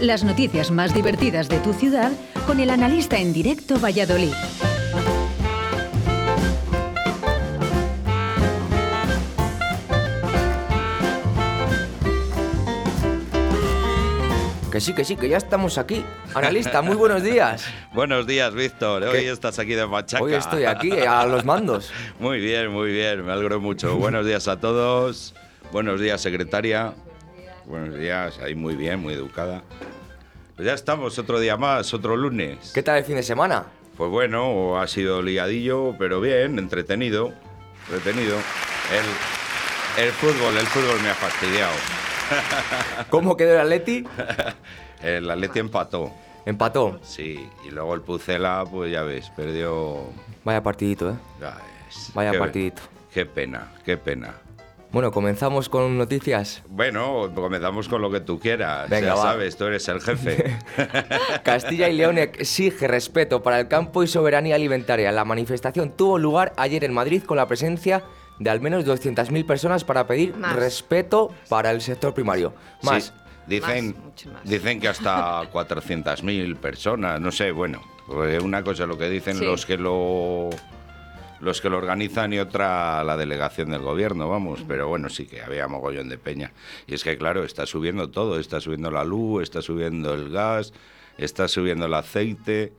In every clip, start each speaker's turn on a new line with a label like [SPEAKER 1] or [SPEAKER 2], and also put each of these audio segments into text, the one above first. [SPEAKER 1] Las noticias más divertidas de tu ciudad con el analista en directo Valladolid.
[SPEAKER 2] Que sí, que sí, que ya estamos aquí. Analista, muy buenos días.
[SPEAKER 3] Buenos días, Víctor. Hoy
[SPEAKER 2] ¿Qué?
[SPEAKER 3] estás aquí de machaca.
[SPEAKER 2] Hoy estoy aquí, a los mandos.
[SPEAKER 3] Muy bien, muy bien. Me alegro mucho. Buenos días a todos. Buenos días, secretaria. Buenos días. Ahí muy bien, muy educada. Pues ya estamos, otro día más, otro lunes.
[SPEAKER 2] ¿Qué tal el fin de semana?
[SPEAKER 3] Pues bueno, ha sido liadillo, pero bien, entretenido. Entretenido. El, el fútbol, el fútbol me ha fastidiado.
[SPEAKER 2] ¿Cómo quedó el Atleti?
[SPEAKER 3] El Atleti empató.
[SPEAKER 2] Empató.
[SPEAKER 3] Sí, y luego el Pucela, pues ya ves, perdió
[SPEAKER 2] Vaya partidito, ¿eh?
[SPEAKER 3] Ya ves.
[SPEAKER 2] Vaya
[SPEAKER 3] Qué-
[SPEAKER 2] partidito.
[SPEAKER 3] Qué pena, qué pena.
[SPEAKER 2] Bueno, comenzamos con noticias.
[SPEAKER 3] Bueno, comenzamos con lo que tú quieras.
[SPEAKER 2] Venga,
[SPEAKER 3] ya
[SPEAKER 2] va.
[SPEAKER 3] sabes, tú eres el jefe.
[SPEAKER 2] Castilla y León exige respeto para el campo y soberanía alimentaria. La manifestación tuvo lugar ayer en Madrid con la presencia de al menos 200.000 personas para pedir
[SPEAKER 4] Más.
[SPEAKER 2] respeto para el sector primario. Más.
[SPEAKER 3] Sí, dicen,
[SPEAKER 4] Más, mucho más.
[SPEAKER 3] dicen que hasta 400.000 personas, no sé, bueno, pues una cosa es lo que dicen
[SPEAKER 4] Sí.
[SPEAKER 3] los que lo los que lo organizan y otra la delegación del gobierno, vamos, pero bueno, sí que había mogollón de peña. Y es que claro, está subiendo todo, está subiendo la luz, está subiendo el gas, está subiendo el aceite.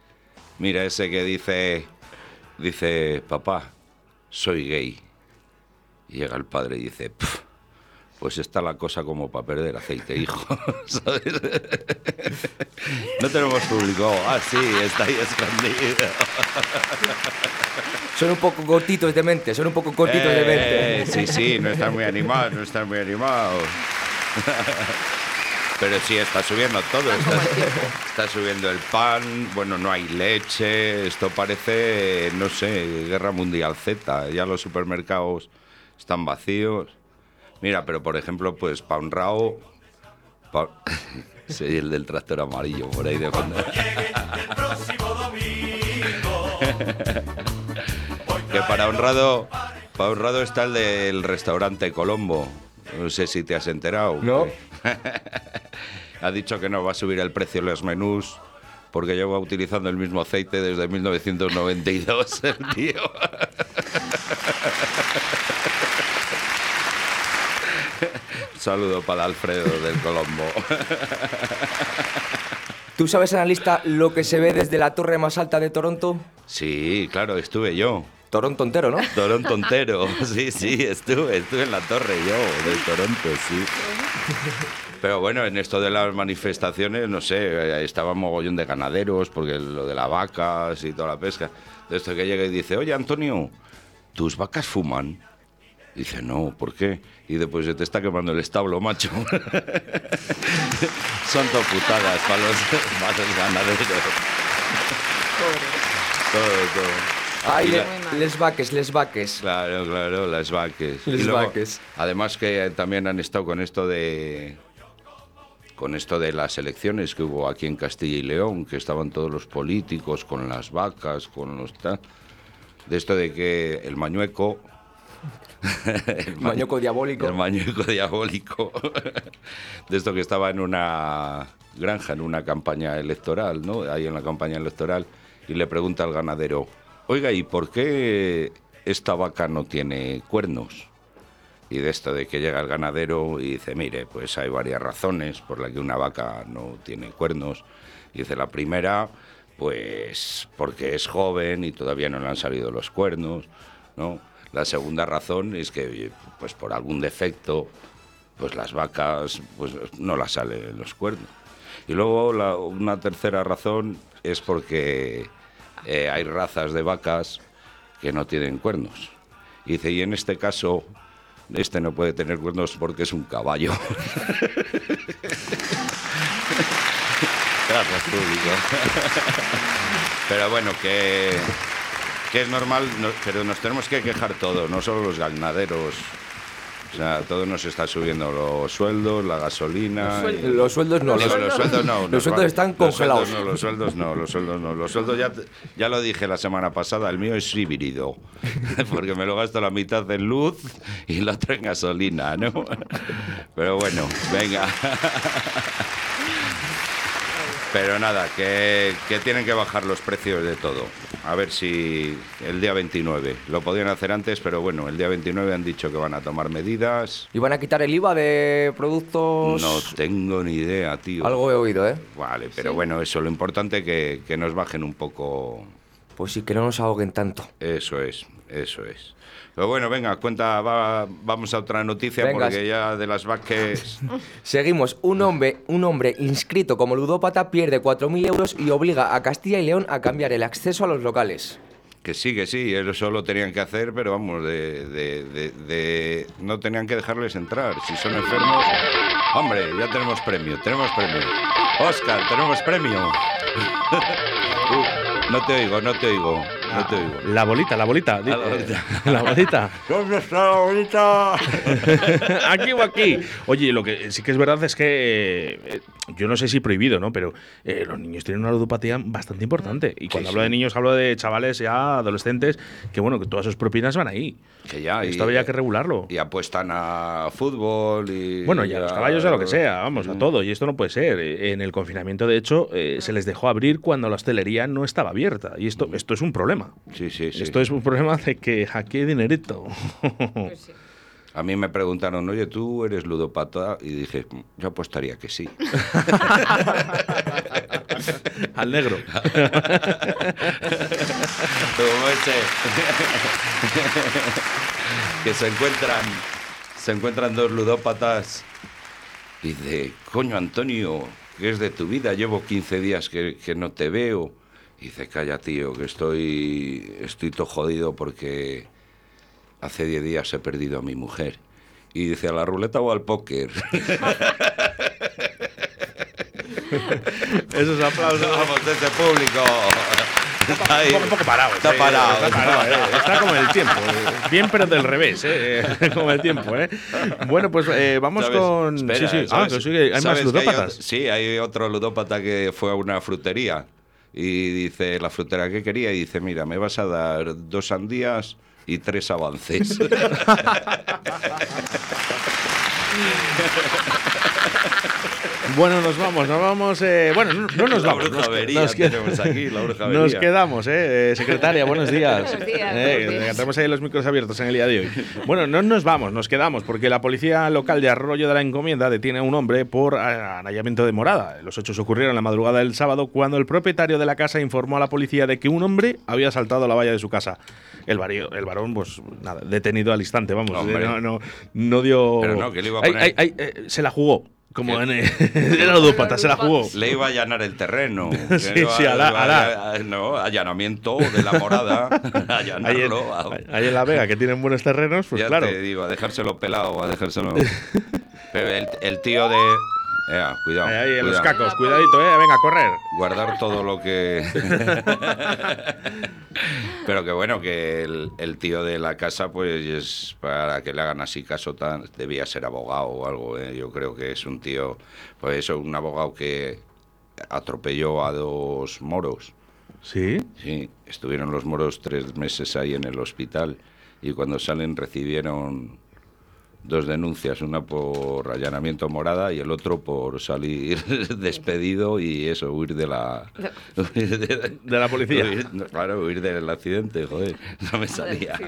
[SPEAKER 3] Mira ese que dice dice, "Papá, soy gay." Y llega el padre y dice, "Pf, pues está la cosa como para perder aceite, hijo. ¿Sabes? No tenemos público. Ah, sí, está ahí escondido.
[SPEAKER 2] Son un poco cortitos de mente, son un poco cortitos de mente.
[SPEAKER 3] Eh, sí, sí, no están muy animados, no están muy animados. Pero sí, está subiendo todo. Está, está subiendo el pan, bueno, no hay leche. Esto parece, no sé, Guerra Mundial Z. Ya los supermercados están vacíos. Mira, pero por ejemplo, pues para un rao... pa- Soy el del tractor amarillo por ahí de fondo. Que para honrado, para honrado está el del restaurante Colombo. No sé si te has enterado.
[SPEAKER 2] No.
[SPEAKER 3] Ha dicho que no va a subir el precio de los menús porque lleva utilizando el mismo aceite desde 1992 el tío. Un Saludo para Alfredo del Colombo.
[SPEAKER 2] ¿Tú sabes, analista, lo que se ve desde la torre más alta de Toronto?
[SPEAKER 3] Sí, claro, estuve yo.
[SPEAKER 2] Toronto entero, ¿no?
[SPEAKER 3] Toronto entero. Sí, sí, estuve, estuve en la torre yo, de Toronto, sí. Pero bueno, en esto de las manifestaciones, no sé, eh, estaba mogollón de ganaderos, porque lo de las vacas y toda la pesca. De esto que llega y dice, oye Antonio, ¿tus vacas fuman? Dice, no, ¿por qué? Y después se te está quemando el establo, macho. Son dos putadas para los, para los ganaderos. Todo, todo.
[SPEAKER 2] Ay,
[SPEAKER 3] Y la-
[SPEAKER 2] le- eh, les vaques, les vaques.
[SPEAKER 3] Claro, claro, las vaques.
[SPEAKER 2] Las
[SPEAKER 3] Y luego,
[SPEAKER 2] vaques.
[SPEAKER 3] Además que también han estado con esto de con esto de las elecciones que hubo aquí en Castilla y León, que estaban todos los políticos con las vacas, con los tal. De esto de que el mañueco el ma-
[SPEAKER 2] Mañoco diabólico.
[SPEAKER 3] El mañueco diabólico. De esto que estaba en una granja, en una campaña electoral, ¿no? Ahí en la campaña electoral. Y le pregunta al ganadero, oiga, ¿y por qué esta vaca no tiene cuernos? Y de esto de que llega el ganadero y dice, mire, pues hay varias razones por las que una vaca no tiene cuernos. Y dice, la primera, pues porque es joven y todavía no le han salido los cuernos, ¿no? La segunda razón es que, pues por algún defecto, pues las vacas pues no las salen los cuernos. Y luego la- una tercera razón es porque eh, hay razas de vacas que no tienen cuernos. Y dice, y en este caso, este no puede tener cuernos porque es un caballo. Gracias, público. Pero bueno, que, que es normal, no- pero nos tenemos que quejar todos, no solo los ganaderos. O sea, todo nos está subiendo los sueldos, la gasolina. y-
[SPEAKER 2] Los sueldos no,
[SPEAKER 3] Digo,
[SPEAKER 2] los,
[SPEAKER 3] los sueldos no.
[SPEAKER 2] los
[SPEAKER 3] nos
[SPEAKER 2] sueldos
[SPEAKER 3] vale.
[SPEAKER 2] están
[SPEAKER 3] Los
[SPEAKER 2] congelados.
[SPEAKER 3] sueldos no, los sueldos no, los sueldos no. Los sueldos ya, ya lo dije la semana pasada, el mío es híbrido. Porque me lo gasto la mitad en luz y la otra en gasolina, ¿no? Pero bueno, venga. Pero nada, que, que tienen que bajar los precios de todo. A ver si el día 29. Lo podían hacer antes, pero bueno, el día 29 han dicho que van a tomar medidas.
[SPEAKER 2] ¿Y van a quitar el IVA de productos?
[SPEAKER 3] No tengo ni idea, tío.
[SPEAKER 2] Pues- Algo he oído, ¿eh?
[SPEAKER 3] Vale, pero bueno, eso, lo importante que, que nos bajen un poco.
[SPEAKER 2] Pues sí, que no nos ahoguen tanto.
[SPEAKER 3] Eso es, eso es. Pero bueno, venga, cuenta, va- vamos a otra noticia
[SPEAKER 2] Venga.
[SPEAKER 3] porque ya de las vaques.
[SPEAKER 2] Seguimos.
[SPEAKER 3] Pues-
[SPEAKER 2] Un hombre, un hombre inscrito como ludópata pierde 4.000 euros y obliga a Castilla y León a cambiar el acceso a los locales.
[SPEAKER 3] Que sí, que sí, eso lo tenían que hacer, pero vamos, de, de- de- de- no tenían que dejarles entrar. Si son enfermos. Hombre, ya tenemos premio, tenemos premio. Oscar, tenemos premio. Uh, no te oigo, no te oigo, no te oigo.
[SPEAKER 4] La bolita, la bolita. di-
[SPEAKER 3] Ah, La bolita.
[SPEAKER 4] eh, la bolita.
[SPEAKER 3] ¿Dónde está ahorita?
[SPEAKER 4] aquí o aquí. Oye, lo que sí que es verdad es que eh, yo no sé si prohibido, ¿no? Pero eh, los niños tienen una ludopatía bastante importante. Y cuando
[SPEAKER 3] Sí,
[SPEAKER 4] hablo
[SPEAKER 3] sí.
[SPEAKER 4] de niños, hablo de chavales ya adolescentes, que bueno, que todas sus propinas van ahí.
[SPEAKER 3] Que ya, Ah, y-
[SPEAKER 4] Esto habría que regularlo.
[SPEAKER 3] Y apuestan a fútbol y.
[SPEAKER 4] Bueno, y a los
[SPEAKER 3] a-
[SPEAKER 4] caballos, a lo que sea, vamos, a todo. Y esto no puede ser. Eh, En el confinamiento, de hecho, eh, se les dejó abrir cuando la hostelería no estaba abierta. Y esto, esto es un problema.
[SPEAKER 3] Sí, sí, sí.
[SPEAKER 4] Esto es un problema de que aquí hay dinerito.
[SPEAKER 3] A mí me preguntaron, oye, ¿tú eres ludopata? Y dije, "Mm, yo apostaría que sí.
[SPEAKER 4] Al negro.
[SPEAKER 3] Como este. ese. que se encuentran, se encuentran dos ludópatas y dice, coño Antonio, ¿qué es de tu vida? Llevo 15 días que, que no te veo. Y dice, calla tío, que estoy, estoy todo jodido porque hace 10 días he perdido a mi mujer. Y dice, ¿a la ruleta o al póker?
[SPEAKER 4] Esos aplausos.
[SPEAKER 3] Vamos, desde público. Ahí.
[SPEAKER 4] Un poco, un poco parado.
[SPEAKER 3] Está
[SPEAKER 4] sí,
[SPEAKER 3] parado,
[SPEAKER 4] Está,
[SPEAKER 3] está
[SPEAKER 4] parado,
[SPEAKER 3] parado.
[SPEAKER 4] eh. Está como el tiempo. eh. Bien, pero del revés, eh. Como el tiempo, eh. Bueno, pues eh, vamos
[SPEAKER 3] ¿Sabes?
[SPEAKER 4] con.
[SPEAKER 3] Espera,
[SPEAKER 4] sí, sí. Ah,
[SPEAKER 3] ¿sabes?
[SPEAKER 4] que sí, que hay más
[SPEAKER 3] ¿Sabes que hay
[SPEAKER 4] ludópatas.
[SPEAKER 3] otro- sí, hay otro ludópata que fue a una frutería y dice la frutera que quería y dice, mira, me vas a dar dos sandías y tres avances.
[SPEAKER 4] Bueno, nos vamos, nos vamos. eh, bueno, no, no nos
[SPEAKER 3] La
[SPEAKER 4] vamos. nos,
[SPEAKER 3] brujavería
[SPEAKER 4] nos qued-
[SPEAKER 3] tenemos aquí, la brujavería.
[SPEAKER 4] Nos quedamos, eh, eh, secretaria, buenos días.
[SPEAKER 5] Buenos días,
[SPEAKER 4] Eh,
[SPEAKER 5] buenos días.
[SPEAKER 4] que tenemos ahí los micros abiertos en el día de hoy. Bueno, no nos vamos, nos quedamos, porque la policía local de Arroyo de la Encomienda detiene a un hombre por ah, anallamiento de morada. Los hechos ocurrieron la madrugada del sábado cuando el propietario de la casa informó a la policía de que un hombre había saltado la valla de su casa. El, varío- el varón, pues nada, detenido al instante, vamos.
[SPEAKER 3] Hombre.
[SPEAKER 4] eh, No, no, no dio.
[SPEAKER 3] Pero no, que le iba a
[SPEAKER 4] Ay,
[SPEAKER 3] poner-
[SPEAKER 4] ay, ay, eh, se la jugó. Como en. eh, Era ludópata, se la jugó.
[SPEAKER 3] Le iba a allanar el terreno.
[SPEAKER 4] Sí,
[SPEAKER 3] Le iba-
[SPEAKER 4] sí, alá,
[SPEAKER 3] le iba a-
[SPEAKER 4] alá.
[SPEAKER 3] No, allanamiento de la morada.
[SPEAKER 4] Ahí en,
[SPEAKER 3] allanarlo. a-
[SPEAKER 4] ahí en La Vega, que tienen buenos terrenos, pues
[SPEAKER 3] ya
[SPEAKER 4] claro.
[SPEAKER 3] te digo, a dejárselo pelado, a dejárselo... Pero el, el tío de... Ea, cuidado.
[SPEAKER 4] Eh, Ahí, ahí en los
[SPEAKER 3] cuidado.
[SPEAKER 4] cacos, cuidadito, eh, venga, a correr.
[SPEAKER 3] guardar todo lo que. Pero que bueno, que el, el tío de la casa, pues es para que le hagan así caso, tan, debía ser abogado o algo. ¿eh? Yo creo que es un tío, pues eso, un abogado que atropelló a dos moros.
[SPEAKER 4] Sí.
[SPEAKER 3] Sí, estuvieron los moros tres meses ahí en el hospital y cuando salen recibieron dos denuncias, una por allanamiento a morada y el otro por salir despedido y eso, huir de la... De
[SPEAKER 4] De la policía.
[SPEAKER 3] claro, huir del accidente, joder, no me salía.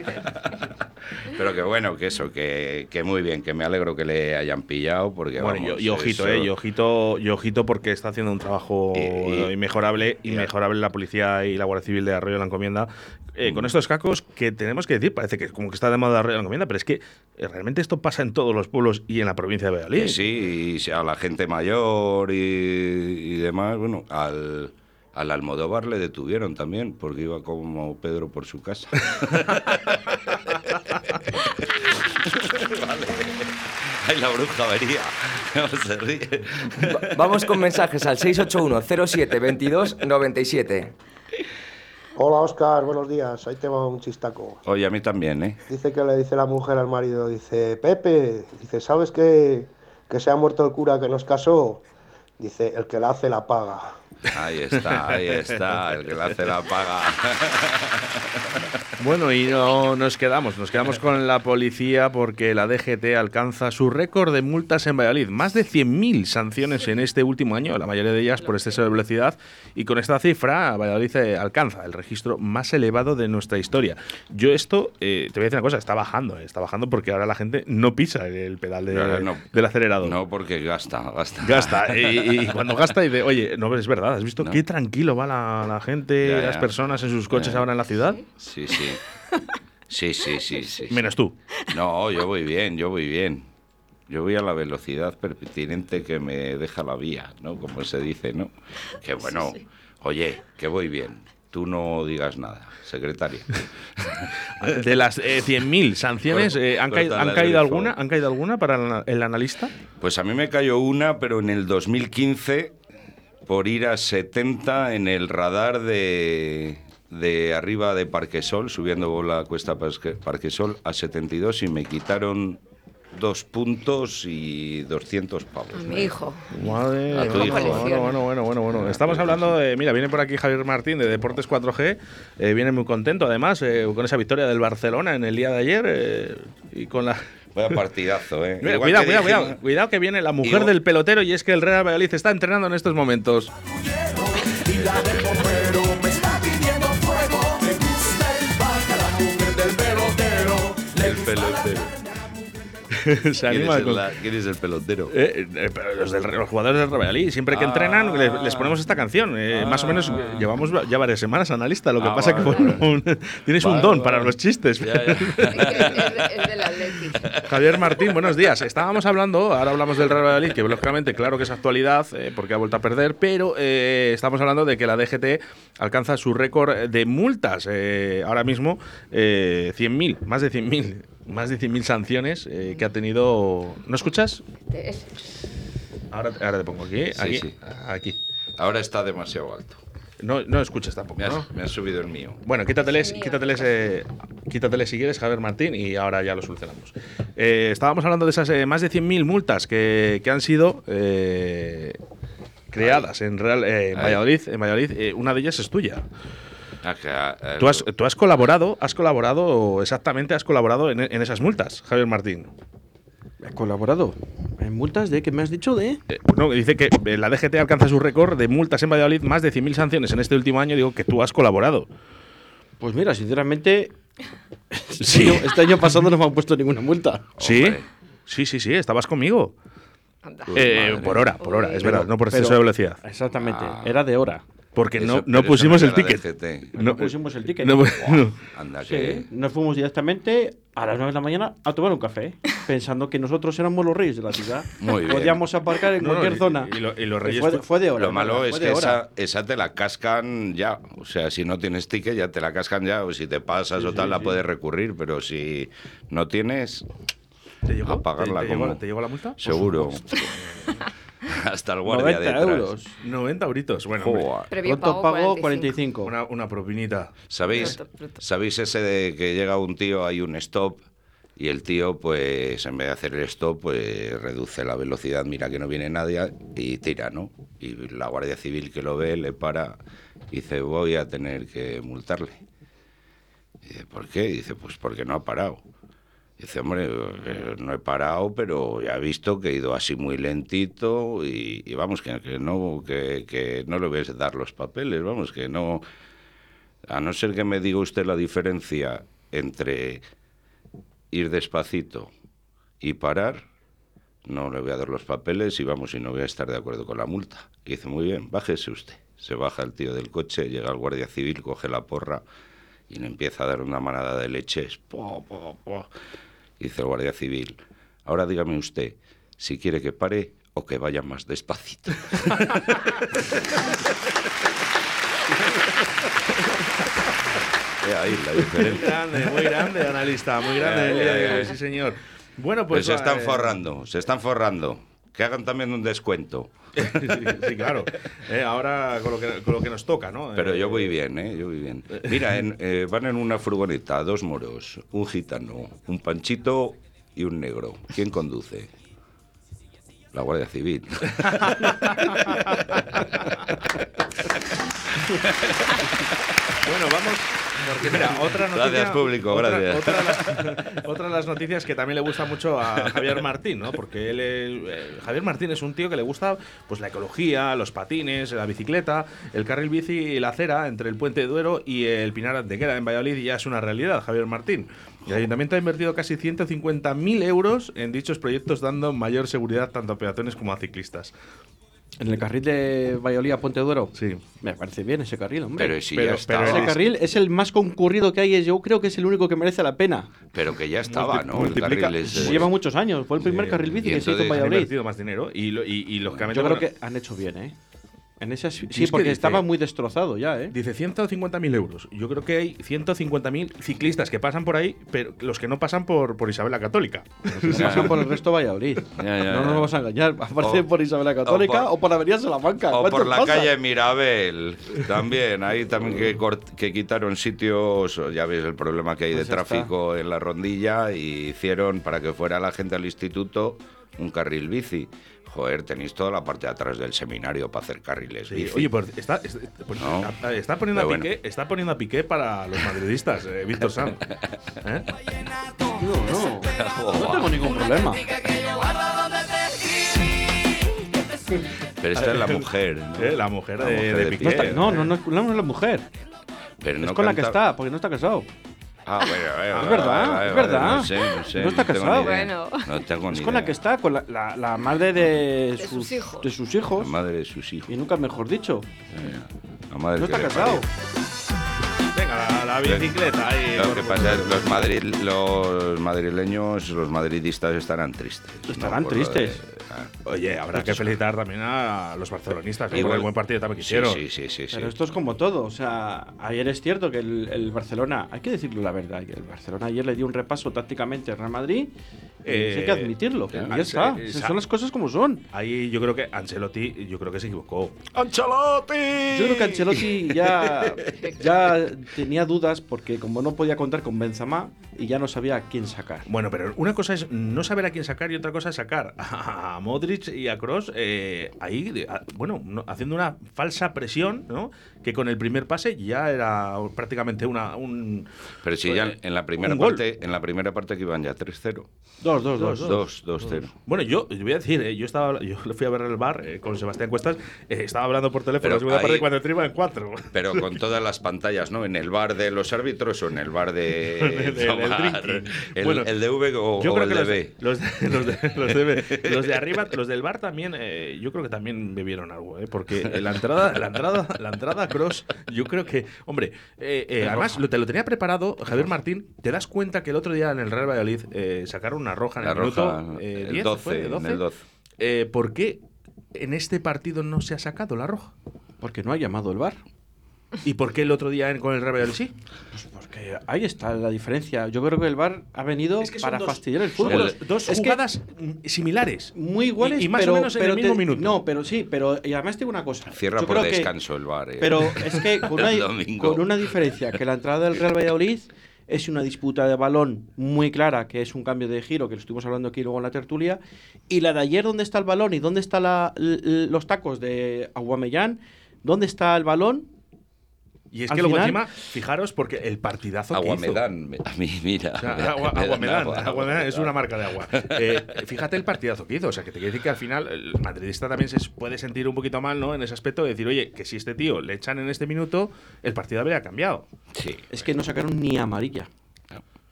[SPEAKER 3] Pero que bueno, que eso, que, que muy bien, que me alegro que le hayan pillado porque...
[SPEAKER 4] Bueno, y-
[SPEAKER 3] vamos,
[SPEAKER 4] y,
[SPEAKER 3] eso-
[SPEAKER 4] ojito, eh, y ojito, y ojito porque está haciendo un trabajo
[SPEAKER 3] Y- y-
[SPEAKER 4] inmejorable,
[SPEAKER 3] y-
[SPEAKER 4] inmejorable la policía y la Guardia Civil de Arroyo de la Encomienda. Eh,
[SPEAKER 3] Mm.
[SPEAKER 4] Con estos cacos que tenemos que decir, parece que como que está de moda Arroyo de la Encomienda, pero es que eh, realmente esto pasa en todos los pueblos y en la provincia de Valladolid.
[SPEAKER 3] Que sí, y a la gente mayor y, y demás. Bueno, al, al Almodóvar le detuvieron también, porque iba como Pedro por su casa. Vale. Ay, la bruja vería. No se ríe.
[SPEAKER 2] Va- Vamos con mensajes al 681 07 22 97.
[SPEAKER 6] Hola Oscar, buenos días. Ahí te va un chistaco.
[SPEAKER 3] Oye, a mí también, ¿eh?
[SPEAKER 6] Dice que le dice la mujer al marido, dice, Pepe, dice, ¿sabes que, que se ha muerto el cura que nos casó? Dice, el que la hace la paga.
[SPEAKER 3] Ahí está, ahí está, el que la hace la paga.
[SPEAKER 4] Bueno, y no nos quedamos, nos quedamos con la policía porque la DGT alcanza su récord de multas en Valladolid. Más de 100.000 sanciones en este último año, la mayoría de ellas por exceso de velocidad. Y con esta cifra, Valladolid eh, alcanza el registro más elevado de nuestra historia. Yo esto, eh, te voy a decir una cosa, está bajando, eh, está bajando porque ahora la gente no pisa el pedal de-
[SPEAKER 3] No, no.
[SPEAKER 4] del acelerador.
[SPEAKER 3] No, porque gasta, gasta.
[SPEAKER 4] Gasta, y, y- y cuando gasta dice, oye, no, pero es verdad, ¿has visto
[SPEAKER 3] No.
[SPEAKER 4] qué tranquilo va la, la gente,
[SPEAKER 3] Ya,
[SPEAKER 4] las
[SPEAKER 3] ya.
[SPEAKER 4] personas en sus coches
[SPEAKER 3] Ya.
[SPEAKER 4] ahora en la ciudad?
[SPEAKER 3] Sí, sí. Sí, sí, sí, sí. sí.
[SPEAKER 4] Menos tú.
[SPEAKER 3] No, yo voy bien, yo voy bien. Yo voy a la velocidad pertinente que me deja la vía, ¿no? Como se dice, ¿no? Que bueno, oye, que voy bien. Tú no digas nada, secretaria.
[SPEAKER 4] De las eh, 100.000 sanciones,
[SPEAKER 3] Cor-
[SPEAKER 4] eh, ¿han, caído,
[SPEAKER 3] corta
[SPEAKER 4] ¿han
[SPEAKER 3] la
[SPEAKER 4] caído
[SPEAKER 3] grifa.
[SPEAKER 4] alguna? ¿Han caído alguna para el, ana- el analista?
[SPEAKER 3] Pues a mí me cayó una, pero en el 2015, por ir a 70 en el radar de, de arriba de Parquesol, subiendo por la cuesta Parque- Parquesol a 72 y me quitaron dos puntos y 200 pavos. ¿no?
[SPEAKER 5] Mi hijo.
[SPEAKER 4] Madre
[SPEAKER 3] A tu
[SPEAKER 4] mía,
[SPEAKER 3] hijo.
[SPEAKER 4] bueno, bueno, bueno, bueno, bueno. Estamos hablando de, mira, viene por aquí Javier Martín de Deportes 4G, eh, viene muy contento además eh, con esa victoria del Barcelona en el día de ayer eh, y con la...
[SPEAKER 3] Vaya partidazo, ¿eh?
[SPEAKER 4] Mira,
[SPEAKER 3] Igual
[SPEAKER 4] cuidado,
[SPEAKER 3] que
[SPEAKER 4] cuidado,
[SPEAKER 3] dijimos-
[SPEAKER 4] cuidado, cuidado que viene la mujer
[SPEAKER 3] Igual-
[SPEAKER 4] del pelotero y es que el Real Valladolid está entrenando en estos momentos.
[SPEAKER 7] y la dejo, pero me está pidiendo fuego. Me gusta el bacalao del pelotero. Le
[SPEAKER 3] El
[SPEAKER 7] gusta la
[SPEAKER 3] pelotero.
[SPEAKER 4] Se
[SPEAKER 3] ¿Quién
[SPEAKER 4] anima
[SPEAKER 3] es,
[SPEAKER 4] con-
[SPEAKER 3] el, la- quién es el pelotero?
[SPEAKER 4] Eh, eh, pero los, del- los jugadores del Real Valladolid, siempre que
[SPEAKER 3] Ah.
[SPEAKER 4] entrenan, les, les ponemos esta canción. Eh,
[SPEAKER 3] Ah.
[SPEAKER 4] Más o menos eh, llevamos va- ya varias semanas analista. Lo que
[SPEAKER 3] Ah,
[SPEAKER 4] pasa que
[SPEAKER 3] vale,
[SPEAKER 4] bueno, un- tienes un
[SPEAKER 3] Vale,
[SPEAKER 4] don
[SPEAKER 3] vale.
[SPEAKER 4] para los chistes.
[SPEAKER 3] Ya, ya.
[SPEAKER 5] Es, es- es del Atleti.
[SPEAKER 4] Javier Martín, buenos días. Estábamos hablando, ahora hablamos del Real Valladolid, que lógicamente, claro que es actualidad, eh, porque ha vuelto a perder, pero eh, estamos hablando de que la DGT alcanza su récord de multas. eh, ahora mismo, eh, 100.000, más de 100.000. Más de 100.000 sanciones eh, que ha tenido. ¿No escuchas?
[SPEAKER 5] Es-
[SPEAKER 4] Ahora, ahora te pongo aquí.
[SPEAKER 3] Sí,
[SPEAKER 4] aquí,
[SPEAKER 3] sí.
[SPEAKER 4] aquí.
[SPEAKER 3] Ahora está demasiado alto.
[SPEAKER 4] No, no escuchas tampoco,
[SPEAKER 3] Me has-
[SPEAKER 4] ¿no?
[SPEAKER 3] me has subido el mío.
[SPEAKER 4] Bueno, quítateles, quítateles, eh, quítateles si quieres, Javier Martín, y ahora ya lo solucionamos. Eh, estábamos hablando de esas eh, más de 100.000 multas que, que han sido eh, creadas en, Real, eh, en
[SPEAKER 3] Ahí.
[SPEAKER 4] Valladolid. En Valladolid eh, una de ellas es tuya.
[SPEAKER 3] Ah, que, ah, eh,
[SPEAKER 4] Tú has, tú has colaborado, has colaborado, exactamente has colaborado en, en esas multas, Javier Martín.
[SPEAKER 8] He colaborado en multas de que me has dicho de.
[SPEAKER 4] Eh, no, dice que eh, la DGT alcanza su récord de multas en Valladolid, más de 100.000 sanciones en este último año. Digo que tú has colaborado.
[SPEAKER 8] Pues mira, sinceramente. este año- Este año pasado no me han puesto ninguna multa.
[SPEAKER 4] ¿Sí?
[SPEAKER 3] Hombre.
[SPEAKER 4] Sí, sí, sí, estabas conmigo.
[SPEAKER 5] anda.
[SPEAKER 3] Pues
[SPEAKER 4] Eh,
[SPEAKER 3] madre.
[SPEAKER 4] por hora, por hora, es verdad,
[SPEAKER 8] Pero-
[SPEAKER 4] no por exceso
[SPEAKER 8] pero-
[SPEAKER 4] de velocidad.
[SPEAKER 8] Exactamente,
[SPEAKER 3] Ah.
[SPEAKER 8] era de hora.
[SPEAKER 4] Porque
[SPEAKER 3] Eso-
[SPEAKER 4] no,
[SPEAKER 3] pero
[SPEAKER 4] no
[SPEAKER 3] eso
[SPEAKER 4] pusimos
[SPEAKER 3] no
[SPEAKER 4] el
[SPEAKER 3] era la
[SPEAKER 4] ticket.
[SPEAKER 3] DGT.
[SPEAKER 8] No pusimos el ticket.
[SPEAKER 4] no-
[SPEAKER 3] Buah,
[SPEAKER 4] no.
[SPEAKER 3] Anda,
[SPEAKER 8] Sí,
[SPEAKER 3] que.
[SPEAKER 8] nos fuimos directamente a las 9 de la mañana a tomar un café, pensando que nosotros éramos los reyes de la ciudad.
[SPEAKER 3] Muy bien.
[SPEAKER 8] Podíamos aparcar en
[SPEAKER 4] No, no,
[SPEAKER 8] cualquier
[SPEAKER 4] y-
[SPEAKER 8] zona. Eh,
[SPEAKER 4] y lo- y los reyes
[SPEAKER 8] fue,
[SPEAKER 4] fue-
[SPEAKER 8] fue de hora.
[SPEAKER 3] Lo malo
[SPEAKER 8] fue
[SPEAKER 3] es
[SPEAKER 8] de
[SPEAKER 3] que
[SPEAKER 8] hora.
[SPEAKER 3] esa, esa te la cascan ya. O sea, si no tienes ticket, ya te la cascan ya. O si te pasas o tal, la puedes recurrir. Pero si no tienes,
[SPEAKER 4] ¿Te llegó?
[SPEAKER 3] A pagarla,
[SPEAKER 4] ¿Te, te llegó,
[SPEAKER 3] ¿cómo?
[SPEAKER 4] te llegó la multa? Pues
[SPEAKER 3] seguro. Hasta el guardia
[SPEAKER 8] 90
[SPEAKER 3] detrás.
[SPEAKER 8] euros.
[SPEAKER 4] 90 euritos. Bueno, hombre,
[SPEAKER 3] Joder.
[SPEAKER 5] Previo
[SPEAKER 8] Pronto pago 45.
[SPEAKER 4] una, una propinita.
[SPEAKER 3] ¿Sabéis,
[SPEAKER 5] Pronto, pronto.
[SPEAKER 3] ¿Sabéis ese de que llega un tío, hay un stop? Y el tío, pues, en vez de hacer el stop, pues reduce la velocidad, mira que no viene nadie y tira, ¿no? Y la Guardia Civil que lo ve le para y dice, voy a tener que multarle. Y dice, ¿por qué? Y dice, pues porque no ha parado. Dice, hombre, eh, no he parado, pero ya he visto que he ido así muy lentito y, y vamos, que, que no, que, que no le voy a dar los papeles, vamos, que no... A no ser que me diga usted la diferencia entre ir despacito y parar, no le voy a dar los papeles y vamos, y no voy a estar de acuerdo con la multa. Y dice, muy bien, bájese usted. Se baja el tío del coche, llega el guardia civil, coge la porra y le empieza a dar una manada de leches. Po, po, po. Dice el guardia civil, ahora dígame usted si quiere que pare o que vaya más despacito. He ahí la diferencia.
[SPEAKER 4] Grande, muy grande, analista, muy grande.
[SPEAKER 3] Ya, ya, ya.
[SPEAKER 4] eh, Sí, señor. Bueno,
[SPEAKER 3] Pues
[SPEAKER 4] pues.
[SPEAKER 3] se están
[SPEAKER 4] eh,
[SPEAKER 3] forrando, se están forrando. Que hagan también un descuento.
[SPEAKER 4] sí, sí, claro. Eh, ahora con lo, que, con lo que nos toca, ¿no?
[SPEAKER 3] Pero
[SPEAKER 4] Eh,
[SPEAKER 3] yo voy bien, ¿eh? Yo voy bien. Mira, en- eh, van en una furgoneta dos moros, un gitano, un panchito y un negro. ¿Quién conduce? La Guardia Civil.
[SPEAKER 4] Bueno, vamos. Porque mira, otra noticia.
[SPEAKER 3] Gracias, público,
[SPEAKER 4] otra-
[SPEAKER 3] gracias.
[SPEAKER 4] Otra de, las, otra de las noticias que también le gusta mucho a Javier Martín, ¿no? Porque él es- eh, Javier Martín es un tío que le gusta pues la ecología, los patines, la bicicleta, el carril bici y la acera entre el Puente de Duero y el Pinar Antequera en Valladolid y ya es una realidad, Javier Martín. El ayuntamiento ha invertido casi 150.000 euros en dichos proyectos, dando mayor seguridad tanto a peatones como a ciclistas.
[SPEAKER 8] En el carril de Valladolid a Puente Duero.
[SPEAKER 4] Sí.
[SPEAKER 8] Me parece bien ese carril, hombre.
[SPEAKER 3] Pero si
[SPEAKER 4] Pero-
[SPEAKER 3] ya
[SPEAKER 4] pero
[SPEAKER 3] estaba.
[SPEAKER 8] ese carril es el más concurrido que hay. y Yo creo que es el único que merece la pena.
[SPEAKER 3] Pero que ya estaba, ¿no? El
[SPEAKER 4] multiplica-
[SPEAKER 3] carril ese.
[SPEAKER 4] Sí.
[SPEAKER 8] Lleva muchos años. Fue el primer
[SPEAKER 3] Sí.
[SPEAKER 8] carril bici
[SPEAKER 3] Y
[SPEAKER 8] que se hizo en
[SPEAKER 3] entonces-
[SPEAKER 4] Han
[SPEAKER 8] Valladolid.
[SPEAKER 4] invertido más dinero y, lo- y, y lógicamente.
[SPEAKER 8] Yo creo
[SPEAKER 4] bueno,
[SPEAKER 8] que han hecho bien, ¿eh? En ese as-
[SPEAKER 4] es
[SPEAKER 8] sí,
[SPEAKER 4] que
[SPEAKER 8] porque
[SPEAKER 4] dice-
[SPEAKER 8] estaba muy destrozado ya, ¿eh?
[SPEAKER 4] Dice 150.000 euros. Yo creo que hay 150.000 ciclistas que pasan por ahí, pero los que no pasan por, por Isabel la Católica.
[SPEAKER 3] Ya.
[SPEAKER 8] Pasan por el resto de Valladolid.
[SPEAKER 3] Ya, ya,
[SPEAKER 8] no nos
[SPEAKER 3] ya.
[SPEAKER 8] vamos a engañar. Aparte
[SPEAKER 3] O-
[SPEAKER 8] por Isabel la Católica
[SPEAKER 3] o
[SPEAKER 8] o
[SPEAKER 3] por-
[SPEAKER 8] por, la Avenida Salamanca.
[SPEAKER 3] O por
[SPEAKER 8] ¿Cuántos
[SPEAKER 3] la
[SPEAKER 8] pasan?
[SPEAKER 3] calle Mirabel, también, ahí también que, cort- que quitaron sitios, ya ves el problema que hay
[SPEAKER 8] Pues
[SPEAKER 3] de
[SPEAKER 8] ya está.
[SPEAKER 3] tráfico en la rondilla, y hicieron para que fuera la gente al instituto un carril bici. Joder, tenéis toda la parte de atrás del seminario para hacer carriles
[SPEAKER 4] Sí,
[SPEAKER 3] bici.
[SPEAKER 4] oye, pues está, es- pues
[SPEAKER 3] No.
[SPEAKER 4] está- está poniendo a
[SPEAKER 3] Pero bueno.
[SPEAKER 4] Piqué, está poniendo a Piqué para los madridistas, eh, Víctor Sanz. ¿Eh?
[SPEAKER 8] No, no.
[SPEAKER 3] Joder,
[SPEAKER 8] No tengo ningún problema.
[SPEAKER 3] pero esta es la mujer. ¿no?
[SPEAKER 4] Eh, la mujer de- de Piqué.
[SPEAKER 8] No, está- no, no, no, es- no es la mujer.
[SPEAKER 3] Pero
[SPEAKER 8] es
[SPEAKER 3] no
[SPEAKER 8] con la que
[SPEAKER 3] canta-
[SPEAKER 8] está, porque no está casado.
[SPEAKER 3] Ah, bueno, bueno,
[SPEAKER 8] Es
[SPEAKER 3] vale,
[SPEAKER 8] verdad,
[SPEAKER 3] vale,
[SPEAKER 8] es
[SPEAKER 3] vale,
[SPEAKER 8] verdad.
[SPEAKER 3] No sé, no sé.
[SPEAKER 8] No está
[SPEAKER 3] tengo ni
[SPEAKER 8] casado.
[SPEAKER 3] idea.
[SPEAKER 5] Bueno.
[SPEAKER 3] No tengo ni
[SPEAKER 8] Es con la
[SPEAKER 3] idea.
[SPEAKER 8] que está, con la, la- la madre de,
[SPEAKER 5] sus hijos.
[SPEAKER 8] de sus hijos.
[SPEAKER 3] La madre de sus hijos. Eh,
[SPEAKER 8] Y nunca mejor dicho.
[SPEAKER 3] La madre
[SPEAKER 8] No
[SPEAKER 3] que
[SPEAKER 8] está
[SPEAKER 3] le
[SPEAKER 8] casado.
[SPEAKER 3] parió.
[SPEAKER 4] Venga, la, la bicicleta. ahí,
[SPEAKER 3] Pues, Lo
[SPEAKER 4] por-
[SPEAKER 3] que pasa es que los, Madrid, los madrileños, los madridistas estarán tristes. ¿no?
[SPEAKER 8] Estarán
[SPEAKER 3] Por lo de-
[SPEAKER 8] tristes.
[SPEAKER 3] Ah,
[SPEAKER 4] Oye, habrá que felicitar también a los barcelonistas, ¿eh? por
[SPEAKER 3] Igual-
[SPEAKER 4] el buen partido también que
[SPEAKER 3] Sí,
[SPEAKER 4] hicieron.
[SPEAKER 3] sí, sí, sí. sí.
[SPEAKER 8] Pero esto es como todo. O sea, ayer es cierto que el, el Barcelona, hay que decirlo la verdad, que el Barcelona ayer le dio un repaso tácticamente al Real Madrid. y
[SPEAKER 4] Eh,
[SPEAKER 8] hay que admitirlo.
[SPEAKER 4] ya,
[SPEAKER 8] Ya,
[SPEAKER 4] eh,
[SPEAKER 8] está.
[SPEAKER 4] eh,
[SPEAKER 8] Esas
[SPEAKER 4] sa-
[SPEAKER 8] son las cosas como son.
[SPEAKER 4] Ahí yo creo que Ancelotti, yo creo que se equivocó.
[SPEAKER 8] Yo creo que Ancelotti ya, ya tenía dudas porque como no podía contar con Benzema y ya no sabía a quién sacar.
[SPEAKER 4] Bueno, pero una cosa es no saber a quién sacar y otra cosa es sacar a Modric y a Cross ahí, de- a- bueno, no- haciendo una falsa presión, ¿no? Que con el primer pase ya era prácticamente una, un.
[SPEAKER 3] Pero si ya en la primera
[SPEAKER 4] Un gol.
[SPEAKER 3] parte, en la primera parte que iban ya 3-0.
[SPEAKER 8] Dos, dos, dos.
[SPEAKER 3] 2-2, 2-0.
[SPEAKER 4] Bueno, yo yo voy a decir, eh, yo estaba, yo le fui a ver el bar eh, con Sebastián Cuestas, eh, estaba hablando por teléfono,
[SPEAKER 3] Pero
[SPEAKER 4] la segunda parte
[SPEAKER 3] ahí-
[SPEAKER 4] cuando triba en cuatro.
[SPEAKER 3] Pero con todas las pantallas, ¿no? En el bar de los árbitros o en el bar de.
[SPEAKER 4] Del- del
[SPEAKER 3] tomar.
[SPEAKER 4] drinking.
[SPEAKER 3] el,
[SPEAKER 4] Bueno,
[SPEAKER 3] el de V o,
[SPEAKER 4] Yo
[SPEAKER 3] o
[SPEAKER 4] creo
[SPEAKER 3] el
[SPEAKER 4] que
[SPEAKER 3] de
[SPEAKER 4] los,
[SPEAKER 3] B.
[SPEAKER 4] los de, los de- los de B. Los de arriba, los del bar también, eh, yo creo que también bebieron algo, ¿eh? porque la entrada, la entrada, la entrada cross, yo creo que, hombre, eh, eh, además lo, te lo tenía preparado Javier Martín, te das cuenta que el otro día en el Real Valladolid eh, sacaron una roja en
[SPEAKER 3] La
[SPEAKER 4] el
[SPEAKER 3] roja,
[SPEAKER 4] minuto eh,
[SPEAKER 3] el
[SPEAKER 4] 10,
[SPEAKER 3] 12,
[SPEAKER 4] fue,
[SPEAKER 3] en el 12.
[SPEAKER 4] Eh, ¿Por qué en este partido no se ha sacado la roja?
[SPEAKER 8] Porque no ha llamado el bar.
[SPEAKER 4] ¿Y por qué el otro día en- con el Real Valladolid sí?
[SPEAKER 8] Pues porque ahí está la diferencia. Yo creo que el bar ha venido
[SPEAKER 4] Es que son
[SPEAKER 8] para
[SPEAKER 4] dos-
[SPEAKER 8] fastidiar el
[SPEAKER 4] son
[SPEAKER 8] fútbol.
[SPEAKER 4] dos- dos
[SPEAKER 8] Es que-
[SPEAKER 4] jugadas mm, similares.
[SPEAKER 8] muy iguales
[SPEAKER 4] Y- y más o
[SPEAKER 8] pero,
[SPEAKER 4] menos en el
[SPEAKER 8] pero
[SPEAKER 4] mismo minuto.
[SPEAKER 8] No, pero sí, pero y además tengo una cosa.
[SPEAKER 3] Cierra
[SPEAKER 8] Yo
[SPEAKER 3] por
[SPEAKER 8] creo que-
[SPEAKER 3] descanso el bar. eh.
[SPEAKER 8] pero es que con una,
[SPEAKER 3] El domingo.
[SPEAKER 8] con una diferencia, que la entrada del Real Valladolid es una disputa de balón muy clara, que es un cambio de giro, que lo estuvimos hablando aquí luego en la tertulia, y la de ayer, ¿dónde está el balón? ¿Y dónde están los tacos de Aguamellán? ¿Dónde está el balón?
[SPEAKER 4] Y es
[SPEAKER 8] Al
[SPEAKER 4] que luego
[SPEAKER 8] final-
[SPEAKER 4] encima, fijaros, porque el partidazo que hizo.
[SPEAKER 3] Aguamedán, me- a mí, mira.
[SPEAKER 4] O sea,
[SPEAKER 3] me-
[SPEAKER 4] agua,
[SPEAKER 3] me dan
[SPEAKER 4] agua me dan,
[SPEAKER 3] agua,
[SPEAKER 4] agua me dan, es
[SPEAKER 3] agua.
[SPEAKER 4] una marca de agua. Eh, fíjate el partidazo que hizo. O sea, que te quiere decir que al final el madridista también se puede sentir un poquito mal, ¿no? En ese aspecto de decir, oye, que si este tío le echan en este minuto, el partido habría cambiado.
[SPEAKER 3] Sí.
[SPEAKER 8] Es que no sacaron ni amarilla.
[SPEAKER 3] Ah.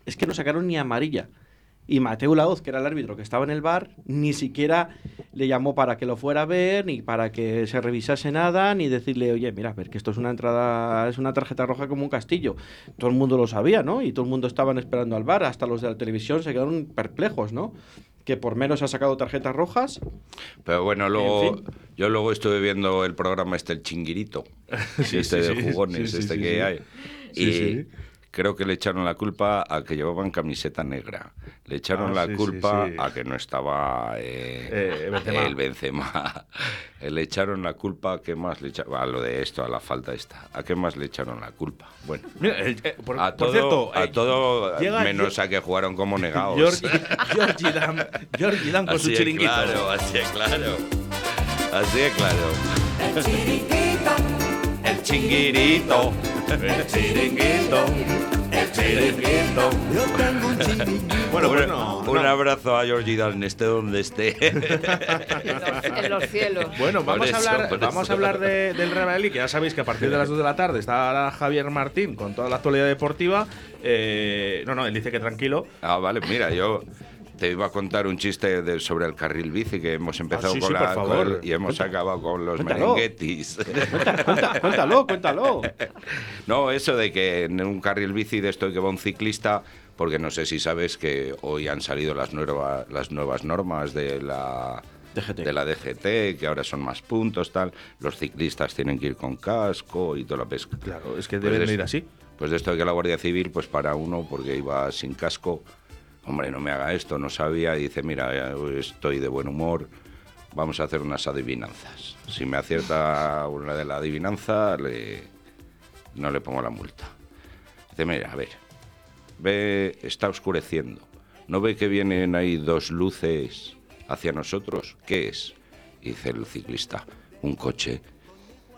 [SPEAKER 8] Es que no sacaron ni amarilla. Y Mateo Laoz, que era el árbitro que estaba en el bar, ni siquiera le llamó para que lo fuera a ver, ni para que se revisase nada, ni decirle, oye, mira, a ver que esto es una entrada, es una tarjeta roja como un castillo. Todo el mundo lo sabía, ¿no? Y todo el mundo estaban esperando al bar, hasta los de la televisión se quedaron perplejos, ¿no? Que por menos ha sacado tarjetas rojas.
[SPEAKER 3] Pero bueno, luego
[SPEAKER 8] En fin.
[SPEAKER 3] yo luego estuve viendo el programa este, el chinguirito, este
[SPEAKER 4] sí, sí,
[SPEAKER 3] de jugones,
[SPEAKER 4] sí, sí,
[SPEAKER 3] este
[SPEAKER 4] sí,
[SPEAKER 3] que
[SPEAKER 4] sí.
[SPEAKER 3] hay.
[SPEAKER 4] Sí,
[SPEAKER 3] y
[SPEAKER 4] sí.
[SPEAKER 3] creo que le echaron la culpa a que llevaban camiseta negra. Le echaron
[SPEAKER 4] Ah,
[SPEAKER 3] la
[SPEAKER 4] sí, sí,
[SPEAKER 3] culpa
[SPEAKER 4] sí.
[SPEAKER 3] a que no estaba eh,
[SPEAKER 4] Eh, Benzema.
[SPEAKER 3] el Benzema. le echaron la culpa a qué más le echaron a lo de esto, a la falta esta. ¿A qué más le echaron la culpa? Bueno,
[SPEAKER 4] Mira, el- eh, por,
[SPEAKER 3] a
[SPEAKER 4] por
[SPEAKER 3] todo,
[SPEAKER 4] cierto,
[SPEAKER 3] a
[SPEAKER 4] eh,
[SPEAKER 3] todo
[SPEAKER 4] llega-
[SPEAKER 3] menos a que jugaron como negados.
[SPEAKER 4] Georgie, Georgie Dan, Georgie Dan con
[SPEAKER 3] Así
[SPEAKER 4] su
[SPEAKER 3] es
[SPEAKER 4] chiringuito.
[SPEAKER 3] Claro, así es claro. Así es claro.
[SPEAKER 7] El chiringuito, el
[SPEAKER 3] chinguirito, el chiringuito, el chiringuito.
[SPEAKER 7] Yo tengo un chiringuito.
[SPEAKER 4] Bueno,
[SPEAKER 3] un,
[SPEAKER 4] pues no,
[SPEAKER 3] un
[SPEAKER 4] no.
[SPEAKER 3] abrazo a Georgie Dan, esté donde esté.
[SPEAKER 5] En los, en los cielos.
[SPEAKER 4] Bueno,
[SPEAKER 3] Por
[SPEAKER 4] vamos
[SPEAKER 3] eso,
[SPEAKER 4] a hablar,
[SPEAKER 3] por
[SPEAKER 4] vamos
[SPEAKER 3] eso.
[SPEAKER 4] a hablar de- del Real Madrid, que ya sabéis que a partir de las 2 de la tarde estará Javier Martín con toda la actualidad deportiva. Eh, no, no, él dice que tranquilo.
[SPEAKER 3] Ah, vale, mira, yo te iba a contar un chiste de- sobre el carril bici que hemos empezado
[SPEAKER 4] Ah, sí,
[SPEAKER 3] con
[SPEAKER 4] sí,
[SPEAKER 3] la
[SPEAKER 4] por favor.
[SPEAKER 3] con- y hemos acabado con los
[SPEAKER 8] Cuéntalo.
[SPEAKER 3] merenguetis.
[SPEAKER 8] Cuenta- cuéntalo, cuéntalo.
[SPEAKER 3] No, eso de que en un carril bici de esto que va un ciclista, porque no sé si sabes que hoy han salido las, nueva- las nuevas normas de la
[SPEAKER 8] DGT.
[SPEAKER 3] de la DGT, que ahora son más puntos, tal. Los ciclistas tienen que ir con casco y toda la pesca.
[SPEAKER 4] Claro, es que
[SPEAKER 3] Pues
[SPEAKER 4] deben
[SPEAKER 3] de-
[SPEAKER 4] ir así.
[SPEAKER 3] Pues de esto de que la Guardia Civil, pues para uno, porque iba sin casco, hombre, no me haga esto, no sabía, y dice, mira, eh, estoy de buen humor, vamos a hacer unas adivinanzas. Si me acierta una de la adivinanza, le- no le pongo la multa. Dice, mira, a ver, ve, está oscureciendo, ¿no ve que vienen ahí dos luces hacia nosotros? ¿Qué es? Y Dice el ciclista, un coche.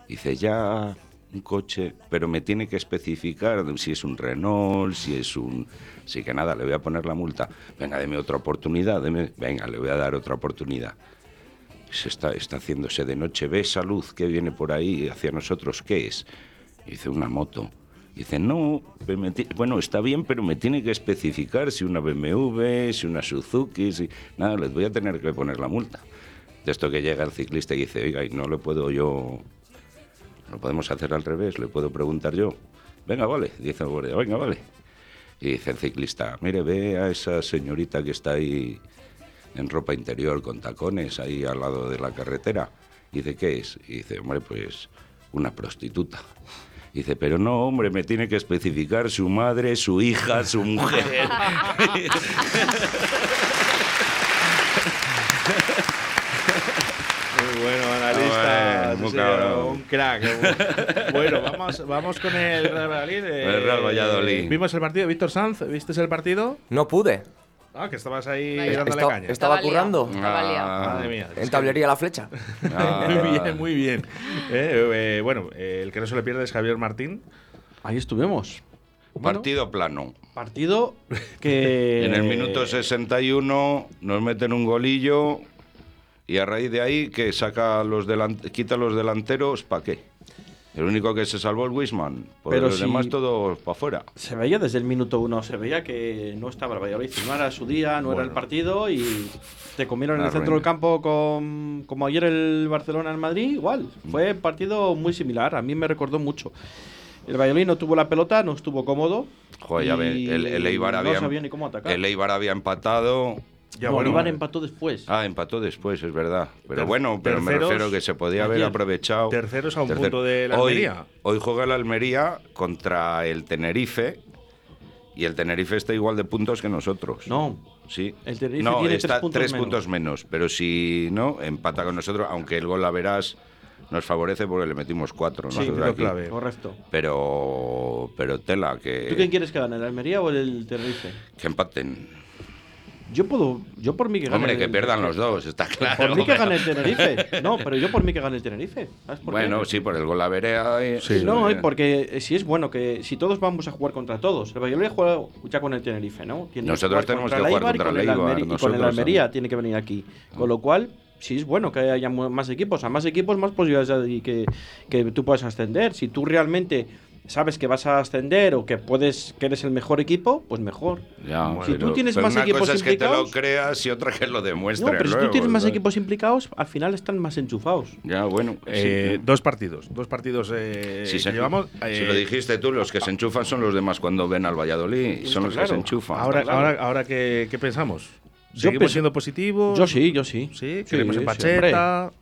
[SPEAKER 3] Dice, ya, un coche, pero me tiene que especificar si es un Renault, si es un... Así que nada, le voy a poner la multa. Venga, deme otra oportunidad, deme... venga, le voy a dar otra oportunidad. Se está, está haciéndose de noche, ve esa luz que viene por ahí hacia nosotros, ¿qué es? Y Dice, una moto. Y Dice, no, pero me ti- bueno, está bien, pero me tiene que especificar si una BMW, si una Suzuki, si... Nada, les voy a tener que poner la multa. De esto que llega el ciclista y dice, oiga, y no le puedo yo lo podemos hacer al revés, le puedo preguntar yo. Venga, vale, dice el guardia, venga, vale. Y dice el ciclista, mire, ve a esa señorita que está ahí en ropa interior con tacones, ahí al lado de la carretera. Y dice, ¿qué es? Y dice, hombre, pues una prostituta. Y dice, pero no, hombre, me tiene que especificar su madre, su hija, su mujer.
[SPEAKER 4] Muy bueno,
[SPEAKER 3] analista,
[SPEAKER 4] analista.
[SPEAKER 3] sí, señor,
[SPEAKER 4] un
[SPEAKER 3] un
[SPEAKER 4] crack. Bueno, vamos, vamos con el Real Valladolid. eh,
[SPEAKER 3] El Real Valladolid.
[SPEAKER 4] Vimos el partido, Víctor Sanz, ¿viste el partido?
[SPEAKER 2] No pude.
[SPEAKER 4] Ah, que estabas ahí
[SPEAKER 5] Vaya.
[SPEAKER 4] dándole
[SPEAKER 2] Esta-
[SPEAKER 4] caña.
[SPEAKER 2] Estaba
[SPEAKER 5] liado,
[SPEAKER 2] currando.
[SPEAKER 5] Estaba liado.
[SPEAKER 3] Ah,
[SPEAKER 4] Madre mía.
[SPEAKER 2] En tablería la flecha.
[SPEAKER 3] ah.
[SPEAKER 4] Muy bien, muy bien. Eh, eh, bueno, eh, el que no se le pierde es Javier Martín.
[SPEAKER 8] Ahí estuvimos. Bueno,
[SPEAKER 3] Partido plano.
[SPEAKER 8] partido que.
[SPEAKER 3] En el minuto 61 nos meten un golillo y a raíz de ahí que saca los delan- quita los delanteros, ¿para qué? El único que se salvó el Wisman, porque
[SPEAKER 8] Pero
[SPEAKER 3] los
[SPEAKER 8] si-
[SPEAKER 3] demás todos para afuera.
[SPEAKER 8] Se veía desde el minuto uno, se veía que no estaba el Valladolid, no era su día, no era el partido y te comieron en
[SPEAKER 3] Una
[SPEAKER 8] el centro
[SPEAKER 3] ruina.
[SPEAKER 8] del campo con, como ayer el Barcelona en Madrid, igual.
[SPEAKER 3] Mm.
[SPEAKER 8] Fue un partido muy similar, a mí me recordó mucho. El Valladolid no tuvo la pelota, no estuvo cómodo.
[SPEAKER 3] Joder, ya ve,
[SPEAKER 8] y
[SPEAKER 3] el, el Eibar había,
[SPEAKER 8] No sabía ni cómo atacar.
[SPEAKER 3] el Eibar había empatado.
[SPEAKER 4] Ya,
[SPEAKER 8] no,
[SPEAKER 4] bueno, eh.
[SPEAKER 8] el Eibar empató después.
[SPEAKER 3] Ah, empató después, es verdad. Pero
[SPEAKER 4] Ter-
[SPEAKER 3] bueno, pero me
[SPEAKER 4] terceros-
[SPEAKER 3] refiero que se podía haber
[SPEAKER 8] ayer.
[SPEAKER 3] aprovechado.
[SPEAKER 4] Terceros a un punto de la
[SPEAKER 3] hoy,
[SPEAKER 4] Almería.
[SPEAKER 3] Hoy juega la Almería contra el Tenerife y el Tenerife está igual de puntos que nosotros.
[SPEAKER 8] No,
[SPEAKER 3] Sí.
[SPEAKER 8] El Tenerife
[SPEAKER 3] no,
[SPEAKER 8] tiene
[SPEAKER 3] está
[SPEAKER 8] tres puntos menos.
[SPEAKER 3] puntos menos, pero si no, empata con nosotros, aunque el gol la verás nos favorece porque le metimos cuatro.
[SPEAKER 4] Sí,
[SPEAKER 3] nosotros
[SPEAKER 4] lo
[SPEAKER 3] aquí. Eh.
[SPEAKER 4] clave.
[SPEAKER 8] correcto.
[SPEAKER 3] Pero, pero tela, que,
[SPEAKER 8] ¿Tú quién quieres que gane, el Almería o el Tenerife?
[SPEAKER 3] que empaten.
[SPEAKER 8] Yo puedo, yo por mí que gane.
[SPEAKER 3] Hombre,
[SPEAKER 8] el-
[SPEAKER 3] que pierdan los dos, está claro.
[SPEAKER 8] Por mí que
[SPEAKER 3] pero-
[SPEAKER 8] gane el Tenerife. No, pero yo por mí que gane el Tenerife. ¿Sabes por qué?
[SPEAKER 3] Bueno, sí, por el gol la verá. eh,
[SPEAKER 8] Sí, no,
[SPEAKER 3] eh,
[SPEAKER 8] y porque eh, si es bueno que si todos vamos a jugar contra todos, el Valladolid juega ya con el Tenerife, ¿no? Tiene
[SPEAKER 3] Nosotros tenemos que jugar
[SPEAKER 8] y
[SPEAKER 3] contra
[SPEAKER 8] con
[SPEAKER 3] el Eibar,
[SPEAKER 8] Almeri- y con el
[SPEAKER 3] nosotros
[SPEAKER 8] Almería
[SPEAKER 3] también.
[SPEAKER 8] tiene que venir aquí. Con lo cual, si es bueno que haya mu- más equipos, a más equipos, más posibilidades de que, que tú puedas ascender. Si tú realmente sabes que vas a ascender o que puedes que eres el mejor equipo, pues mejor.
[SPEAKER 3] ya,
[SPEAKER 8] si tú tienes más
[SPEAKER 3] una
[SPEAKER 8] equipos
[SPEAKER 3] cosa es que te lo
[SPEAKER 8] implicados-
[SPEAKER 3] creas y otra que lo
[SPEAKER 8] No,
[SPEAKER 3] demuestres.
[SPEAKER 8] pero si tú
[SPEAKER 3] luego,
[SPEAKER 8] tienes más
[SPEAKER 3] ¿sabes?
[SPEAKER 8] equipos implicados, al final están más enchufados.
[SPEAKER 3] Ya, bueno.
[SPEAKER 4] eh,
[SPEAKER 3] sí.
[SPEAKER 4] Dos partidos. Dos partidos eh,
[SPEAKER 3] Si,
[SPEAKER 4] que
[SPEAKER 3] se,
[SPEAKER 4] llevamos.
[SPEAKER 3] si
[SPEAKER 4] eh,
[SPEAKER 3] lo dijiste tú, los que se enchufan son los demás cuando ven al Valladolid, son los que se
[SPEAKER 8] claro.
[SPEAKER 3] enchufan.
[SPEAKER 4] Ahora,
[SPEAKER 3] Claro.
[SPEAKER 4] ahora, ahora ¿qué, qué pensamos?
[SPEAKER 8] Yo
[SPEAKER 4] ¿Seguimos
[SPEAKER 8] pienso-
[SPEAKER 4] siendo positivos?
[SPEAKER 8] Yo sí, yo sí.
[SPEAKER 4] ¿Sí? ¿Queremos en
[SPEAKER 8] sí, hombre.
[SPEAKER 4] Pacheta?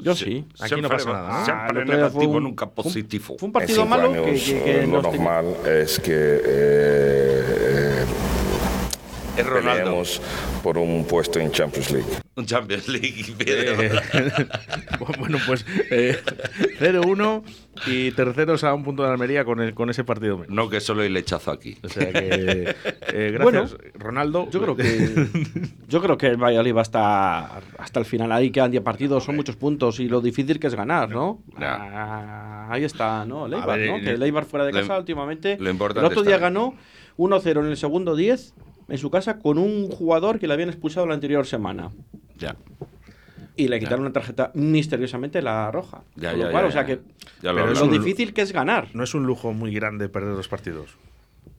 [SPEAKER 8] yo sí.
[SPEAKER 4] Aquí no pasa nada, Ah, ¿no?
[SPEAKER 3] Siempre
[SPEAKER 8] El otro día fue
[SPEAKER 3] negativo,
[SPEAKER 8] un-
[SPEAKER 3] nunca
[SPEAKER 8] fue un-
[SPEAKER 3] positivo.
[SPEAKER 8] Fue un partido malo que, que- que
[SPEAKER 9] lo
[SPEAKER 8] nos-
[SPEAKER 9] normal es que eh, eh,
[SPEAKER 3] Es Ronaldo.
[SPEAKER 9] peleemos por un puesto en Champions League.
[SPEAKER 3] Un Champions League,
[SPEAKER 4] Eh,
[SPEAKER 3] Pedro.
[SPEAKER 4] bueno, pues eh, 0-1 y terceros a un punto de Almería con, el- con ese partido menos.
[SPEAKER 3] No, que solo hay lechazo aquí.
[SPEAKER 4] O sea que, eh,
[SPEAKER 8] Bueno,
[SPEAKER 4] gracias, Ronaldo.
[SPEAKER 8] Yo creo que yo creo que el Valladolid va hasta hasta el final ahí quedan 10 partidos, son muchos puntos y lo difícil que es ganar, ¿no?
[SPEAKER 3] No.
[SPEAKER 8] Ah, ahí está, ¿no? El
[SPEAKER 4] A
[SPEAKER 8] Eibar,
[SPEAKER 4] ver,
[SPEAKER 8] ¿no?
[SPEAKER 4] el-
[SPEAKER 8] Que el Eibar fuera de
[SPEAKER 3] lo
[SPEAKER 8] casa
[SPEAKER 3] im-
[SPEAKER 8] últimamente.
[SPEAKER 3] lo importante
[SPEAKER 8] el otro día
[SPEAKER 3] está-
[SPEAKER 8] ganó 1-0 en el segundo 10 en su casa con un jugador que le habían expulsado la anterior semana.
[SPEAKER 3] Ya.
[SPEAKER 8] Y le quitaron una tarjeta misteriosamente la roja.
[SPEAKER 3] Ya,
[SPEAKER 8] Con lo
[SPEAKER 3] ya,
[SPEAKER 8] cual,
[SPEAKER 3] ya,
[SPEAKER 8] o sea
[SPEAKER 3] ya.
[SPEAKER 8] que
[SPEAKER 3] Ya
[SPEAKER 4] Pero
[SPEAKER 3] lo
[SPEAKER 8] lo
[SPEAKER 4] es un-
[SPEAKER 3] hablamos.
[SPEAKER 8] difícil que es ganar.
[SPEAKER 4] No es un lujo muy grande perder dos partidos.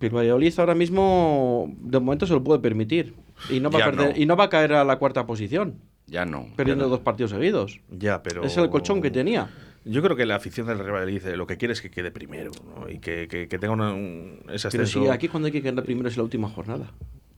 [SPEAKER 8] El Valladolid ahora mismo, de momento, se lo puede permitir. Y no va, a,
[SPEAKER 3] Ya
[SPEAKER 8] perder-
[SPEAKER 3] no.
[SPEAKER 8] Y no va a caer a la cuarta posición,
[SPEAKER 3] Ya no.
[SPEAKER 8] perdiendo
[SPEAKER 3] ya no.
[SPEAKER 8] dos partidos seguidos.
[SPEAKER 4] Ya, pero.
[SPEAKER 8] Es el colchón que tenía.
[SPEAKER 4] Yo creo que la afición del Real Madrid dice, lo que quiere es que quede primero ¿no? y que, que- que tenga una- un, ese
[SPEAKER 8] Pero
[SPEAKER 4] ascenso.
[SPEAKER 8] si aquí cuando hay que quedar primero es la última jornada.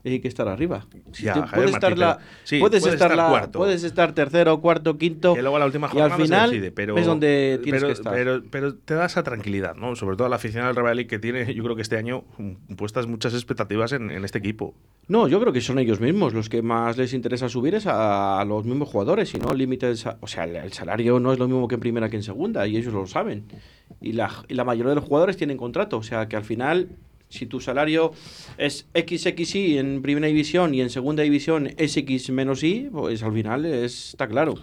[SPEAKER 8] Y hay que estar arriba. Si
[SPEAKER 4] Ya,
[SPEAKER 8] te-
[SPEAKER 4] Javier
[SPEAKER 8] puedes,
[SPEAKER 4] Martí,
[SPEAKER 8] estar la-
[SPEAKER 4] pero- sí,
[SPEAKER 8] puedes
[SPEAKER 4] puedes
[SPEAKER 8] estar
[SPEAKER 4] estar
[SPEAKER 8] la-
[SPEAKER 4] cuarto.
[SPEAKER 8] puedes estar tercero, cuarto, quinto.
[SPEAKER 4] Que luego a la última
[SPEAKER 8] y al
[SPEAKER 4] jornada se
[SPEAKER 8] final
[SPEAKER 4] decide, pero
[SPEAKER 8] es donde tienes
[SPEAKER 4] pero-
[SPEAKER 8] que estar.
[SPEAKER 4] Pero, pero te da esa tranquilidad, ¿no? Sobre todo a la afición del Real Madrid que tiene, yo creo que este año mm, puestas muchas expectativas en, en este equipo.
[SPEAKER 8] No, yo creo que son ellos mismos. Los que más les interesa subir es a, a los mismos jugadores y no límites. a- O sea, el, el salario no es lo mismo que en primera que en segunda y ellos lo saben. Y la, y la mayoría de los jugadores tienen contrato. O sea, que al final, si tu salario es XXI en primera división y en segunda división es X menos Y, pues al final es- está claro.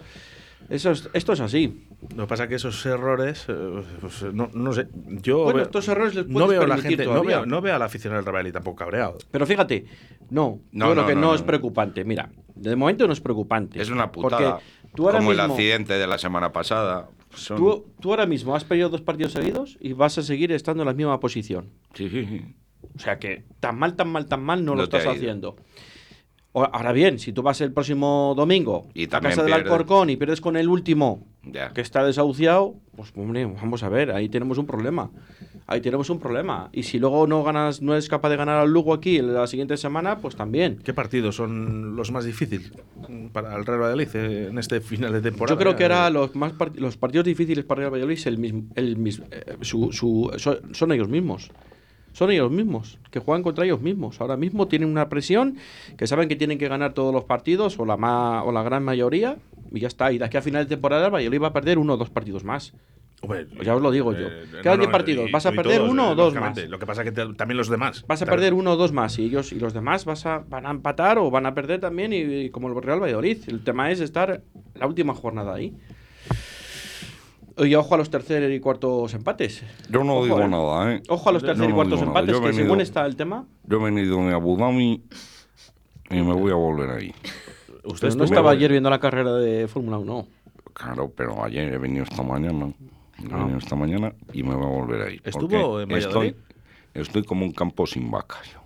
[SPEAKER 8] Eso es- esto es así.
[SPEAKER 4] Lo que pasa es que esos errores, eh, pues, no, no sé, yo
[SPEAKER 8] Bueno,
[SPEAKER 4] veo-
[SPEAKER 8] estos errores les
[SPEAKER 4] no
[SPEAKER 8] puedes
[SPEAKER 4] veo a la
[SPEAKER 8] permitir
[SPEAKER 4] gente, no veo,
[SPEAKER 8] todavía.
[SPEAKER 4] no veo a la afición del Real Madrid tampoco cabreado.
[SPEAKER 8] Pero fíjate, no,
[SPEAKER 3] No,
[SPEAKER 8] yo creo
[SPEAKER 3] no,
[SPEAKER 8] que
[SPEAKER 3] no,
[SPEAKER 8] no,
[SPEAKER 3] no.
[SPEAKER 8] es preocupante. Mira, de momento no es preocupante.
[SPEAKER 3] Es una
[SPEAKER 8] Porque
[SPEAKER 3] putada.
[SPEAKER 8] tú ahora
[SPEAKER 3] Como el
[SPEAKER 8] mismo-
[SPEAKER 3] accidente de la semana pasada. Son-
[SPEAKER 8] Tú, tú ahora mismo has perdido dos partidos seguidos y vas a seguir estando en la misma posición.
[SPEAKER 3] Sí.
[SPEAKER 8] O sea que tan mal, tan mal, tan mal no, lo
[SPEAKER 3] No te
[SPEAKER 8] estás
[SPEAKER 3] ha ido.
[SPEAKER 8] haciendo. O- Ahora bien, si tú vas el próximo domingo
[SPEAKER 3] Y
[SPEAKER 8] a
[SPEAKER 3] también
[SPEAKER 8] casa del
[SPEAKER 3] pierdes.
[SPEAKER 8] Alcorcón y pierdes con el último
[SPEAKER 3] Ya.
[SPEAKER 8] que está desahuciado, pues hombre, vamos a ver, ahí tenemos un problema. Ahí tenemos un problema. Y si luego no ganas, no eres capaz de ganar al Lugo aquí la siguiente semana, pues también.
[SPEAKER 4] ¿Qué partidos son los más difíciles para el Real Madrid eh, en este final de temporada? eh.
[SPEAKER 8] Yo creo que
[SPEAKER 4] era
[SPEAKER 8] ahora los, más part- los partidos difíciles para Real Valladolid es el mismo, el mismo, eh, su- su- so- son ellos mismos. Son ellos mismos, que juegan contra ellos mismos. Ahora mismo tienen una presión, que saben que tienen que ganar todos los partidos, o la, ma- o la gran mayoría, y ya está. Y de aquí a final de temporada el Valladolid va a perder uno o dos partidos más. Ya os lo digo yo.
[SPEAKER 4] eh,
[SPEAKER 8] Quedan 10 partidos, ¿vas a perder uno o dos más?
[SPEAKER 4] Lo que pasa que te- también los demás.
[SPEAKER 8] Vas a
[SPEAKER 4] Claro.
[SPEAKER 8] perder uno o dos más, y ellos y los demás vas a- van a empatar o van a perder también, y, y como el Real Valladolid. El tema es estar la última jornada ahí. Y ojo a los tercer y cuartos empates.
[SPEAKER 3] Yo no
[SPEAKER 8] Ojo,
[SPEAKER 3] digo
[SPEAKER 8] eh.
[SPEAKER 3] nada, ¿eh?
[SPEAKER 8] Ojo a los
[SPEAKER 3] Yo
[SPEAKER 8] tercer y
[SPEAKER 3] no
[SPEAKER 8] cuartos
[SPEAKER 3] digo nada.
[SPEAKER 8] empates,
[SPEAKER 3] Yo he
[SPEAKER 8] que
[SPEAKER 3] venido-
[SPEAKER 8] según está el tema,
[SPEAKER 3] Yo he venido de Abu Dhabi y me voy a volver ahí.
[SPEAKER 8] pero
[SPEAKER 4] Usted
[SPEAKER 8] no
[SPEAKER 4] estuvo-
[SPEAKER 8] estaba ayer viendo la carrera de Fórmula 1.
[SPEAKER 3] Claro, pero ayer he venido esta mañana. He venido esta mañana y me voy a volver ahí.
[SPEAKER 4] Ah. ¿Estuvo
[SPEAKER 3] porque
[SPEAKER 4] en Valladolid?
[SPEAKER 3] estoy, estoy como un campo sin vaca yo.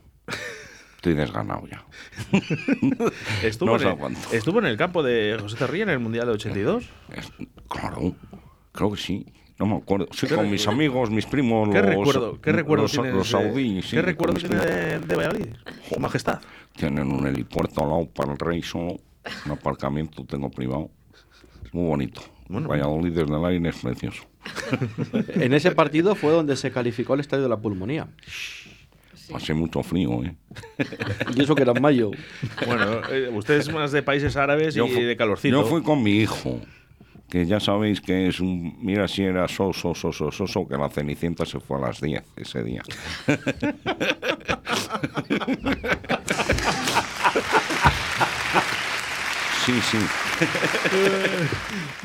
[SPEAKER 3] Estoy desganado ya.
[SPEAKER 4] Estuvo,
[SPEAKER 3] No os
[SPEAKER 4] en el,
[SPEAKER 3] aguanto.
[SPEAKER 4] estuvo en el campo de José Tarría en el Mundial de 82.
[SPEAKER 3] Es- claro, creo que sí. No me acuerdo. Sí, con mis amigos, mis primos,
[SPEAKER 4] ¿Qué
[SPEAKER 3] los,
[SPEAKER 4] recuerdo, qué
[SPEAKER 3] los-
[SPEAKER 4] recuerdo
[SPEAKER 3] los,
[SPEAKER 4] tienes de-
[SPEAKER 3] saudíes. sí,
[SPEAKER 4] ¿Qué
[SPEAKER 3] con
[SPEAKER 4] recuerdo
[SPEAKER 3] mis
[SPEAKER 4] tiene
[SPEAKER 8] este.
[SPEAKER 3] primos.
[SPEAKER 4] de, de Valladolid? Su majestad.
[SPEAKER 3] Tienen un helipuerto al lado para el rey solo. Un aparcamiento tengo privado. Es muy bonito.
[SPEAKER 4] Bueno.
[SPEAKER 3] Valladolid desde el aire es precioso.
[SPEAKER 8] En ese partido fue donde se calificó el estadio de la pulmonía.
[SPEAKER 3] Hace mucho frío, ¿eh?
[SPEAKER 8] Y eso que era en mayo.
[SPEAKER 4] Bueno, eh, usted es más de países árabes y
[SPEAKER 3] fu-
[SPEAKER 4] de calorcito.
[SPEAKER 3] yo fui con mi hijo, que ya sabéis que es un. Mira si era soso, soso, soso, que la cenicienta se fue a las 10 ese día. Sí, sí.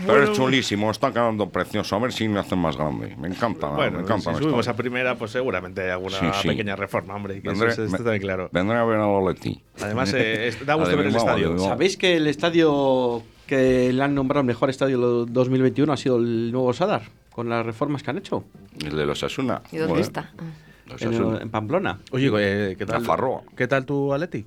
[SPEAKER 3] Pero es chulísimo, está quedando precioso. A ver si me hacen más grande. Me encanta,
[SPEAKER 4] Bueno,
[SPEAKER 3] me encanta.
[SPEAKER 4] si subimos a primera, pues seguramente hay alguna
[SPEAKER 3] Sí, sí.
[SPEAKER 4] pequeña reforma, hombre. Que eso es- está bien claro.
[SPEAKER 3] vendré a ver a Loletti.
[SPEAKER 4] Además, eh, es- da gusto ver el
[SPEAKER 3] Adelmao,
[SPEAKER 4] estadio.
[SPEAKER 3] Adelmao.
[SPEAKER 8] ¿Sabéis que el estadio que le han nombrado mejor estadio del 2021 ha sido el nuevo Sadar? Con las reformas que han hecho
[SPEAKER 3] El de los Asuna.
[SPEAKER 5] ¿Y dónde está? Ah.
[SPEAKER 8] en, en Pamplona.
[SPEAKER 4] Oye, eh, ¿qué tal?
[SPEAKER 3] La Farroa.
[SPEAKER 4] ¿Qué tal tu Aleti?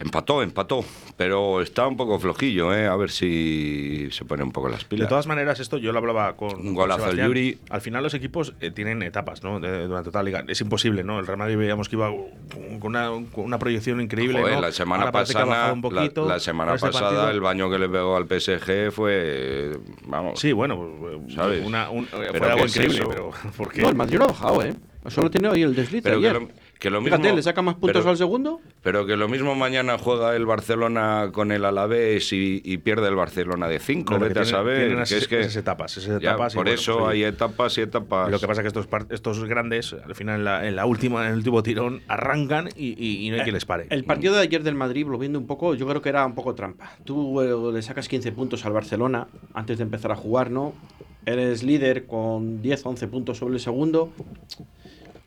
[SPEAKER 3] Empató, empató, pero está un poco flojillo, ¿eh? A ver si se pone un poco las
[SPEAKER 4] De
[SPEAKER 3] pilas.
[SPEAKER 4] todas maneras, esto yo lo hablaba con.
[SPEAKER 3] Un golazo
[SPEAKER 4] con
[SPEAKER 3] el
[SPEAKER 4] Sebastián.
[SPEAKER 3] Yuri.
[SPEAKER 4] Al final, los equipos eh, tienen etapas, ¿no? De- durante toda la liga. Es imposible, ¿no? El Real Madrid veíamos que iba uh, con una, con una proyección increíble.
[SPEAKER 3] Joder,
[SPEAKER 4] ¿no?
[SPEAKER 3] la semana
[SPEAKER 4] Ahora parece que ha
[SPEAKER 3] pasada,
[SPEAKER 4] bajado un
[SPEAKER 3] la,
[SPEAKER 4] poquito.
[SPEAKER 3] la semana
[SPEAKER 4] Ahora este
[SPEAKER 3] pasada
[SPEAKER 4] partido-
[SPEAKER 3] el baño que le pegó al PSG fue, eh, vamos,
[SPEAKER 4] Sí, bueno, eh,
[SPEAKER 3] ¿Sabes?
[SPEAKER 4] una- un- eh,
[SPEAKER 3] Pero
[SPEAKER 4] fue algo
[SPEAKER 3] ¿qué es
[SPEAKER 4] increíble,
[SPEAKER 3] eso?
[SPEAKER 4] pero. ¿por qué?
[SPEAKER 8] No, el Madrid no ha bajado, ¿eh? Solo tiene hoy el desliz de
[SPEAKER 3] pero que
[SPEAKER 8] ayer.
[SPEAKER 3] lo, Que lo mismo,
[SPEAKER 8] Fíjate, le saca más puntos
[SPEAKER 3] pero-
[SPEAKER 8] al segundo.
[SPEAKER 3] Pero que lo mismo mañana juega el Barcelona con el Alavés y, y pierde el Barcelona de 5.
[SPEAKER 4] Claro, que
[SPEAKER 3] Vete a
[SPEAKER 4] tienen-
[SPEAKER 3] saber.
[SPEAKER 4] tienen
[SPEAKER 3] que
[SPEAKER 4] esas-
[SPEAKER 3] es que
[SPEAKER 4] esas etapas, esas
[SPEAKER 3] Ya,
[SPEAKER 4] etapas y
[SPEAKER 3] por
[SPEAKER 4] bueno,
[SPEAKER 3] eso
[SPEAKER 4] pues,
[SPEAKER 3] hay
[SPEAKER 4] oye,
[SPEAKER 3] etapas y etapas.
[SPEAKER 4] Lo que pasa es que estos, par- estos grandes, al final, en la, en la última, en el último tirón, arrancan y, y- y no hay quien les pare.
[SPEAKER 3] Eh,
[SPEAKER 8] El
[SPEAKER 3] mm.
[SPEAKER 8] partido de ayer del Madrid, lo viendo un poco, yo creo que era un poco trampa. Tú eh, le sacas 15 puntos al Barcelona antes de empezar a jugar, ¿no? Eres líder con 10, 11 puntos sobre el segundo.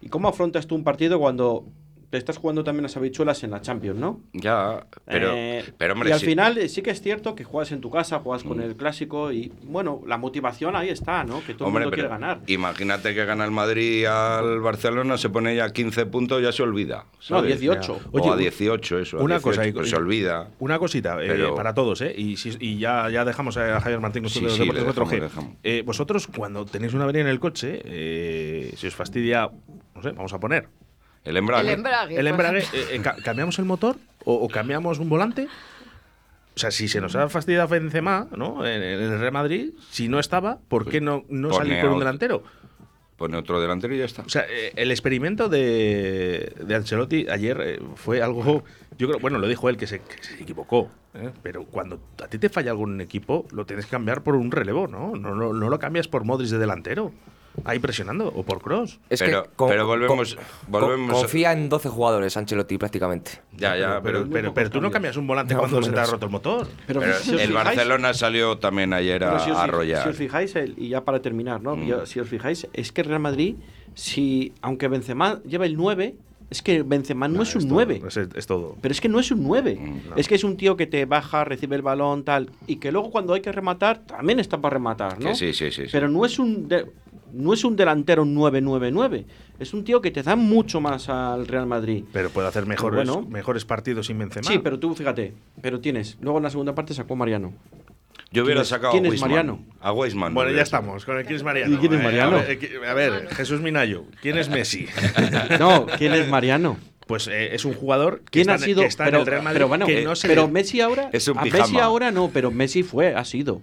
[SPEAKER 8] ¿Y cómo afrontas tú un partido cuando te estás jugando también las habichuelas en la Champions, no?
[SPEAKER 3] Ya, pero,
[SPEAKER 8] Eh,
[SPEAKER 3] pero hombre,
[SPEAKER 8] y al
[SPEAKER 3] sí- Mm.
[SPEAKER 8] final eh, sí que es cierto que juegas en tu casa, juegas con el clásico y bueno, la motivación ahí está, ¿no? Que todo
[SPEAKER 3] hombre,
[SPEAKER 8] el mundo
[SPEAKER 3] pero
[SPEAKER 8] quiere ganar.
[SPEAKER 3] Imagínate que gana el Madrid al Barcelona, se pone ya 15 puntos, ya se olvida.
[SPEAKER 8] No,
[SPEAKER 3] ¿sabes?
[SPEAKER 8] 18.
[SPEAKER 4] Oye,
[SPEAKER 3] o a
[SPEAKER 4] un-
[SPEAKER 3] 18, eso. a
[SPEAKER 4] una
[SPEAKER 3] 18,
[SPEAKER 4] cosa, y-
[SPEAKER 3] pues
[SPEAKER 4] y-
[SPEAKER 3] se olvida.
[SPEAKER 4] Una cosita eh,
[SPEAKER 3] Pero-
[SPEAKER 4] para todos, ¿eh? Y, si- y ya, ya dejamos a Javier Martín con
[SPEAKER 3] Sí,
[SPEAKER 4] su de los
[SPEAKER 3] sí, le
[SPEAKER 4] deportes
[SPEAKER 3] dejamos,
[SPEAKER 4] 4G.
[SPEAKER 3] le dejamos.
[SPEAKER 4] Eh, vosotros, cuando tenéis una avería en el coche, eh, si os fastidia, no sé, vamos a poner
[SPEAKER 3] El embrague.
[SPEAKER 5] El embrague. pues.
[SPEAKER 4] el
[SPEAKER 5] por
[SPEAKER 4] embrague,
[SPEAKER 5] ejemplo.
[SPEAKER 4] eh, eh, ca- ¿cambiamos el motor o, o cambiamos un volante? O sea, si se nos ha fastidiado Benzema, ¿no? En en el Real Madrid, si no estaba, ¿por qué no, no
[SPEAKER 3] Pone
[SPEAKER 4] salir
[SPEAKER 3] Pues
[SPEAKER 4] con
[SPEAKER 3] a otro.
[SPEAKER 4] un delantero?
[SPEAKER 3] Pone otro delantero y ya está.
[SPEAKER 4] O sea, eh, el experimento de, de Ancelotti ayer eh, fue algo. Yo creo, bueno, lo dijo él que se, que se equivocó. ¿eh? Pero cuando a ti te falla algún equipo, lo tienes que cambiar por un relevo, ¿no? No, no, no lo cambias por Modric de delantero. Ahí presionando, o por Cross.
[SPEAKER 2] Es
[SPEAKER 3] Pero-
[SPEAKER 2] que con-
[SPEAKER 3] pero volvemos-
[SPEAKER 2] con-
[SPEAKER 3] volvemos a-
[SPEAKER 2] confía en 12 jugadores, Ancelotti, prácticamente.
[SPEAKER 3] ya, ya,
[SPEAKER 4] pero,
[SPEAKER 3] pero,
[SPEAKER 4] pero, pero tú no cambias un volante
[SPEAKER 2] No,
[SPEAKER 4] cuando
[SPEAKER 2] por
[SPEAKER 4] se te ha
[SPEAKER 2] menos.
[SPEAKER 4] roto el motor.
[SPEAKER 3] pero
[SPEAKER 8] si os
[SPEAKER 3] el
[SPEAKER 8] fijáis-
[SPEAKER 3] Barcelona salió también ayer a,
[SPEAKER 8] Pero si os,
[SPEAKER 3] a
[SPEAKER 8] fi-
[SPEAKER 3] arrollar.
[SPEAKER 8] si os fijáis, el- y ya para terminar,
[SPEAKER 3] Mm.
[SPEAKER 8] ¿no? Yo- si os fijáis, es que Real Madrid, si aunque Benzema lleva el 9, es que Benzema no, es un
[SPEAKER 4] todo,
[SPEAKER 8] 9.
[SPEAKER 4] Es, es todo.
[SPEAKER 8] Pero es que no es un 9.
[SPEAKER 3] Mm,
[SPEAKER 8] Es que es un tío que te baja, recibe el balón, tal. Y que luego cuando hay que rematar, también está para rematar, ¿no?
[SPEAKER 3] Que sí, sí, sí, sí.
[SPEAKER 8] Pero no es un de- no es un delantero 9-9-9. Es un tío que te da mucho más al Real Madrid.
[SPEAKER 4] Pero puede hacer mejores,
[SPEAKER 8] Bueno.
[SPEAKER 4] mejores partidos sin Benzema.
[SPEAKER 8] Sí, pero tú fíjate, pero tienes. Luego en la segunda parte sacó Mariano.
[SPEAKER 3] Yo hubiera
[SPEAKER 8] ¿Quién es-
[SPEAKER 3] sacado
[SPEAKER 8] quién
[SPEAKER 3] a
[SPEAKER 8] es
[SPEAKER 3] Weisman.
[SPEAKER 8] Mariano?
[SPEAKER 3] A Weisman.
[SPEAKER 4] Bueno, ya
[SPEAKER 3] hubiera
[SPEAKER 4] estamos con el Chris Mariano.
[SPEAKER 8] ¿Y quién es
[SPEAKER 4] Eh,
[SPEAKER 8] Mariano?
[SPEAKER 4] a ver, eh, que- a ver, Jesús Minayo. ¿Quién es Messi?
[SPEAKER 8] No, ¿quién es Mariano?
[SPEAKER 4] Pues eh, es un jugador que
[SPEAKER 8] ¿Quién
[SPEAKER 4] está,
[SPEAKER 8] ha
[SPEAKER 4] en-
[SPEAKER 8] sido?
[SPEAKER 4] que está en el Real Madrid
[SPEAKER 8] pero bueno,
[SPEAKER 4] que
[SPEAKER 8] eh,
[SPEAKER 4] no se
[SPEAKER 8] pero
[SPEAKER 4] le-
[SPEAKER 8] Messi ahora
[SPEAKER 3] Es un
[SPEAKER 8] a
[SPEAKER 3] pijama.
[SPEAKER 8] Messi ahora no, pero Messi fue, ha sido.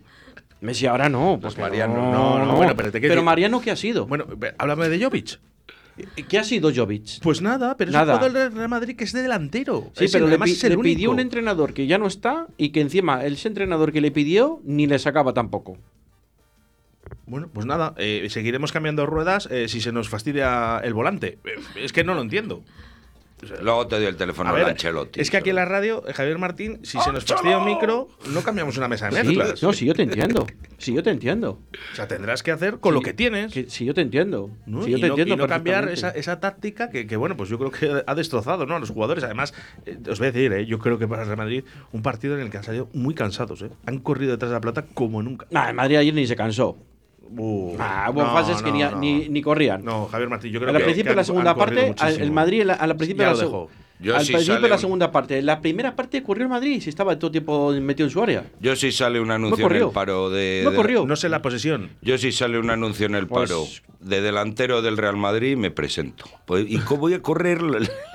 [SPEAKER 8] Messi ahora no, pues
[SPEAKER 3] Mariano,
[SPEAKER 4] no, no, bueno, pero te quiero decir-
[SPEAKER 8] Mariano qué ha sido? Eh,
[SPEAKER 4] Bueno, ve- háblame de Jovic.
[SPEAKER 8] ¿Qué ha sido Jovic?
[SPEAKER 4] Pues nada, pero
[SPEAKER 8] Nada.
[SPEAKER 4] es un jugador del Real Madrid que es de delantero.
[SPEAKER 8] Sí,
[SPEAKER 4] Es-
[SPEAKER 8] pero le,
[SPEAKER 4] además
[SPEAKER 8] pi-
[SPEAKER 4] es el
[SPEAKER 8] le
[SPEAKER 4] único.
[SPEAKER 8] pidió un entrenador que ya no está y que encima el entrenador que le pidió ni le sacaba tampoco.
[SPEAKER 4] Bueno, pues nada, eh, seguiremos cambiando ruedas eh, si se nos fastidia el volante. Eh, Es que no lo entiendo.
[SPEAKER 3] hecho. Luego te doy el teléfono
[SPEAKER 4] A
[SPEAKER 3] de
[SPEAKER 4] ver,
[SPEAKER 3] Ancelotti.
[SPEAKER 4] es que aquí en la radio, eh, Javier Martín, si se nos fastidia un micro, no cambiamos una mesa de
[SPEAKER 8] Sí,
[SPEAKER 4] mezclas.
[SPEAKER 8] no, sí, yo te entiendo. Sí, yo te entiendo.
[SPEAKER 4] O sea, tendrás que hacer con lo que tienes.
[SPEAKER 8] Que- sí, yo te entiendo.
[SPEAKER 4] ¿no?
[SPEAKER 8] Sí, yo
[SPEAKER 4] y,
[SPEAKER 8] te
[SPEAKER 4] no,
[SPEAKER 8] entiendo
[SPEAKER 4] y no cambiar esa,
[SPEAKER 8] perfectamente.
[SPEAKER 4] esa táctica que, que, bueno, pues yo creo que ha destrozado ¿no? a los jugadores. Además, eh, os voy a decir, eh, yo creo que para el Real Madrid, un partido en el que han salido muy cansados. eh. Han corrido detrás de la plata como nunca.
[SPEAKER 8] Nah, el Ah, Madrid ayer ni se cansó.
[SPEAKER 4] Uh,
[SPEAKER 8] Ah, hubo
[SPEAKER 4] no,
[SPEAKER 8] fases que
[SPEAKER 4] no,
[SPEAKER 8] ni, a-
[SPEAKER 4] no.
[SPEAKER 8] ni- ni corrían.
[SPEAKER 4] No, Javier Martín, yo creo
[SPEAKER 8] Al
[SPEAKER 4] que.
[SPEAKER 8] principio
[SPEAKER 4] que
[SPEAKER 8] de la
[SPEAKER 4] han-
[SPEAKER 8] segunda
[SPEAKER 4] han corrido
[SPEAKER 8] parte, al- el
[SPEAKER 4] muchísimo. ¿eh?
[SPEAKER 8] Madrid la- al principio
[SPEAKER 4] Ya
[SPEAKER 8] de
[SPEAKER 4] lo
[SPEAKER 8] la seg-
[SPEAKER 4] dejó.
[SPEAKER 3] Yo
[SPEAKER 8] al
[SPEAKER 3] sí
[SPEAKER 8] principio de
[SPEAKER 3] sale
[SPEAKER 8] la
[SPEAKER 3] un-
[SPEAKER 8] segunda parte, la primera parte corrió el Madrid, si estaba todo el tiempo metido en su área.
[SPEAKER 3] Yo sí sale un anuncio en el
[SPEAKER 8] corrió.
[SPEAKER 3] paro de.
[SPEAKER 8] No
[SPEAKER 3] de-
[SPEAKER 8] corrió.
[SPEAKER 4] Eh, No sé la posesión.
[SPEAKER 3] Yo sí sale un anuncio en el
[SPEAKER 8] Pues-
[SPEAKER 3] paro de delantero del Real Madrid y me presento. Pues, ¿Y cómo voy a correr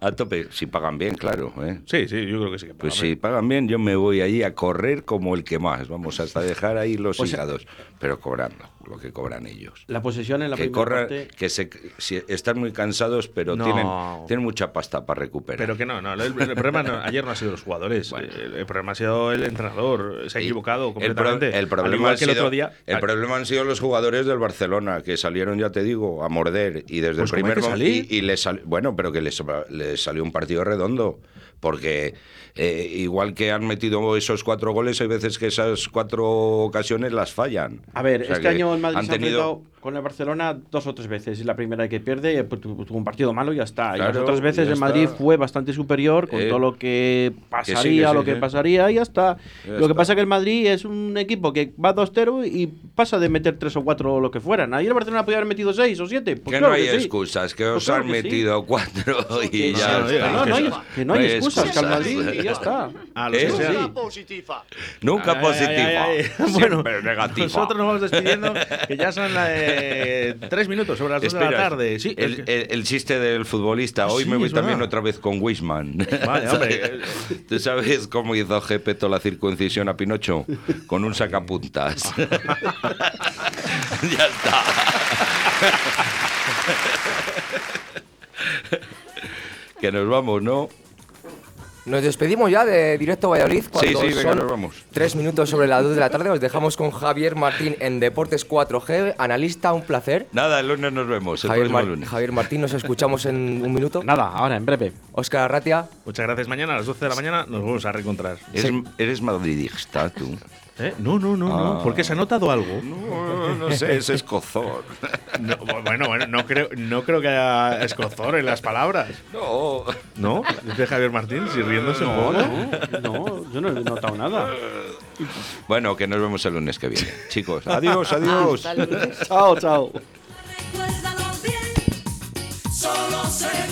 [SPEAKER 3] a tope? Si pagan bien, claro. ¿eh?
[SPEAKER 4] Sí, sí, yo creo que sí. que
[SPEAKER 3] Pues
[SPEAKER 4] para
[SPEAKER 3] si
[SPEAKER 4] mí.
[SPEAKER 3] pagan bien, yo me voy allí a correr como el que más. Vamos hasta dejar ahí los hígados. pero cobrando lo que cobran ellos.
[SPEAKER 8] La posesión en la
[SPEAKER 3] que
[SPEAKER 8] primera
[SPEAKER 3] corran,
[SPEAKER 8] parte.
[SPEAKER 3] que se, si están muy cansados, pero
[SPEAKER 4] No.
[SPEAKER 3] tienen, tienen mucha pasta para recuperar.
[SPEAKER 4] Pero que no, no. El, el problema no- ayer no ha sido los jugadores. El, el problema ha sido el entrenador. Se ha
[SPEAKER 3] Y
[SPEAKER 4] equivocado
[SPEAKER 8] Pues
[SPEAKER 3] el pro-
[SPEAKER 4] completamente.
[SPEAKER 3] El
[SPEAKER 4] Al
[SPEAKER 3] problema,
[SPEAKER 4] igual
[SPEAKER 3] ha
[SPEAKER 4] que el otro
[SPEAKER 3] sido-
[SPEAKER 4] día.
[SPEAKER 3] el problema han sido los jugadores del Barcelona, que salieron, ya te digo, a morder. Y desde
[SPEAKER 4] Pues
[SPEAKER 3] el
[SPEAKER 4] como
[SPEAKER 3] primer
[SPEAKER 4] hay que
[SPEAKER 3] momento.
[SPEAKER 4] salir.
[SPEAKER 3] Y, y les sal- bueno, pero que les, les salió un partido redondo. Porque eh, igual que han metido esos cuatro goles, hay veces que esas cuatro ocasiones las fallan.
[SPEAKER 8] A ver,
[SPEAKER 3] O sea
[SPEAKER 8] este
[SPEAKER 3] que
[SPEAKER 8] año el Madrid
[SPEAKER 3] han
[SPEAKER 8] se ha
[SPEAKER 3] tenido-
[SPEAKER 8] enfrentado con el Barcelona dos o tres veces. Y la primera que pierde, eh, pues, tuvo tuvo un partido malo y ya está. y las
[SPEAKER 3] Claro,
[SPEAKER 8] otras veces
[SPEAKER 3] ya
[SPEAKER 8] el Madrid
[SPEAKER 3] está.
[SPEAKER 8] fue bastante superior con
[SPEAKER 3] Eh,
[SPEAKER 8] todo lo que
[SPEAKER 3] sí,
[SPEAKER 8] pasaría,
[SPEAKER 3] que
[SPEAKER 8] lo
[SPEAKER 3] sí,
[SPEAKER 8] que
[SPEAKER 3] sí.
[SPEAKER 8] pasaría y ya está.
[SPEAKER 3] Ya
[SPEAKER 8] lo que
[SPEAKER 3] está.
[SPEAKER 8] pasa es que el Madrid es un equipo que va 2-0 y pasa de meter tres o cuatro o lo que fueran. Ayer el Barcelona podía haber metido seis o siete. Pues
[SPEAKER 3] que
[SPEAKER 8] claro
[SPEAKER 3] no hay
[SPEAKER 8] sí.
[SPEAKER 3] excusas, que
[SPEAKER 8] Pues
[SPEAKER 3] os
[SPEAKER 8] claro
[SPEAKER 3] han
[SPEAKER 8] que sí.
[SPEAKER 3] metido cuatro y
[SPEAKER 8] No,
[SPEAKER 3] ya
[SPEAKER 4] no,
[SPEAKER 3] está.
[SPEAKER 8] No, no hay, que no hay excusas, que al Madrid
[SPEAKER 3] excusas.
[SPEAKER 8] y ya está.
[SPEAKER 4] A los
[SPEAKER 3] ¿Eh?
[SPEAKER 4] que
[SPEAKER 3] Sí.
[SPEAKER 4] sean-
[SPEAKER 3] Nunca
[SPEAKER 4] Ay, ay,
[SPEAKER 3] positiva.
[SPEAKER 4] ay, ay, ay.
[SPEAKER 3] Siempre
[SPEAKER 4] Bueno,
[SPEAKER 3] negativa.
[SPEAKER 4] Nosotros nos vamos despidiendo, que ya son la de tres minutos sobre las dos Pues de la
[SPEAKER 3] Espera,
[SPEAKER 4] tarde. Sí,
[SPEAKER 3] el,
[SPEAKER 4] es que-
[SPEAKER 3] el- el chiste del futbolista.
[SPEAKER 4] Ah,
[SPEAKER 3] Hoy
[SPEAKER 4] sí,
[SPEAKER 3] me voy
[SPEAKER 4] es
[SPEAKER 3] también
[SPEAKER 4] verdad.
[SPEAKER 3] otra vez con Wisman.
[SPEAKER 4] Vale, hombre.
[SPEAKER 3] ¿Tú sabes cómo hizo Gepeto la circuncisión a Pinocho? Con un sacapuntas. ya está. Que nos vamos, ¿no?
[SPEAKER 2] Nos despedimos ya de Directo Valladolid. Cuando
[SPEAKER 3] sí, venga,
[SPEAKER 2] son
[SPEAKER 3] nos vamos.
[SPEAKER 2] Tres minutos sobre las 2 de la tarde. Os dejamos con Javier Martín en Deportes 4G. Analista, un placer.
[SPEAKER 3] Nada, el lunes nos vemos. El
[SPEAKER 2] Javier,
[SPEAKER 3] próximo
[SPEAKER 2] Mar-
[SPEAKER 3] lunes.
[SPEAKER 2] Javier Martín, nos escuchamos en un minuto.
[SPEAKER 8] Nada, ahora, en breve.
[SPEAKER 2] Óscar Arratia.
[SPEAKER 4] Muchas gracias. Mañana a las 12 de la mañana nos vamos a reencontrar.
[SPEAKER 3] Eres, eres madridista, tú.
[SPEAKER 4] ¿Eh? No, no, no, no.
[SPEAKER 3] Ah.
[SPEAKER 4] ¿Por qué se ha notado algo?
[SPEAKER 3] No, no sé, es escozor.
[SPEAKER 4] No, bueno, bueno, no creo, no creo que haya escozor en las palabras.
[SPEAKER 3] No.
[SPEAKER 4] ¿No? Dice Javier Martín, si riéndose un poco.
[SPEAKER 8] No, no, yo no he notado nada.
[SPEAKER 3] Bueno, que nos vemos el lunes que viene. Chicos, adiós, adiós.
[SPEAKER 5] Hasta el lunes.
[SPEAKER 8] Chao, chao.
[SPEAKER 7] Solo será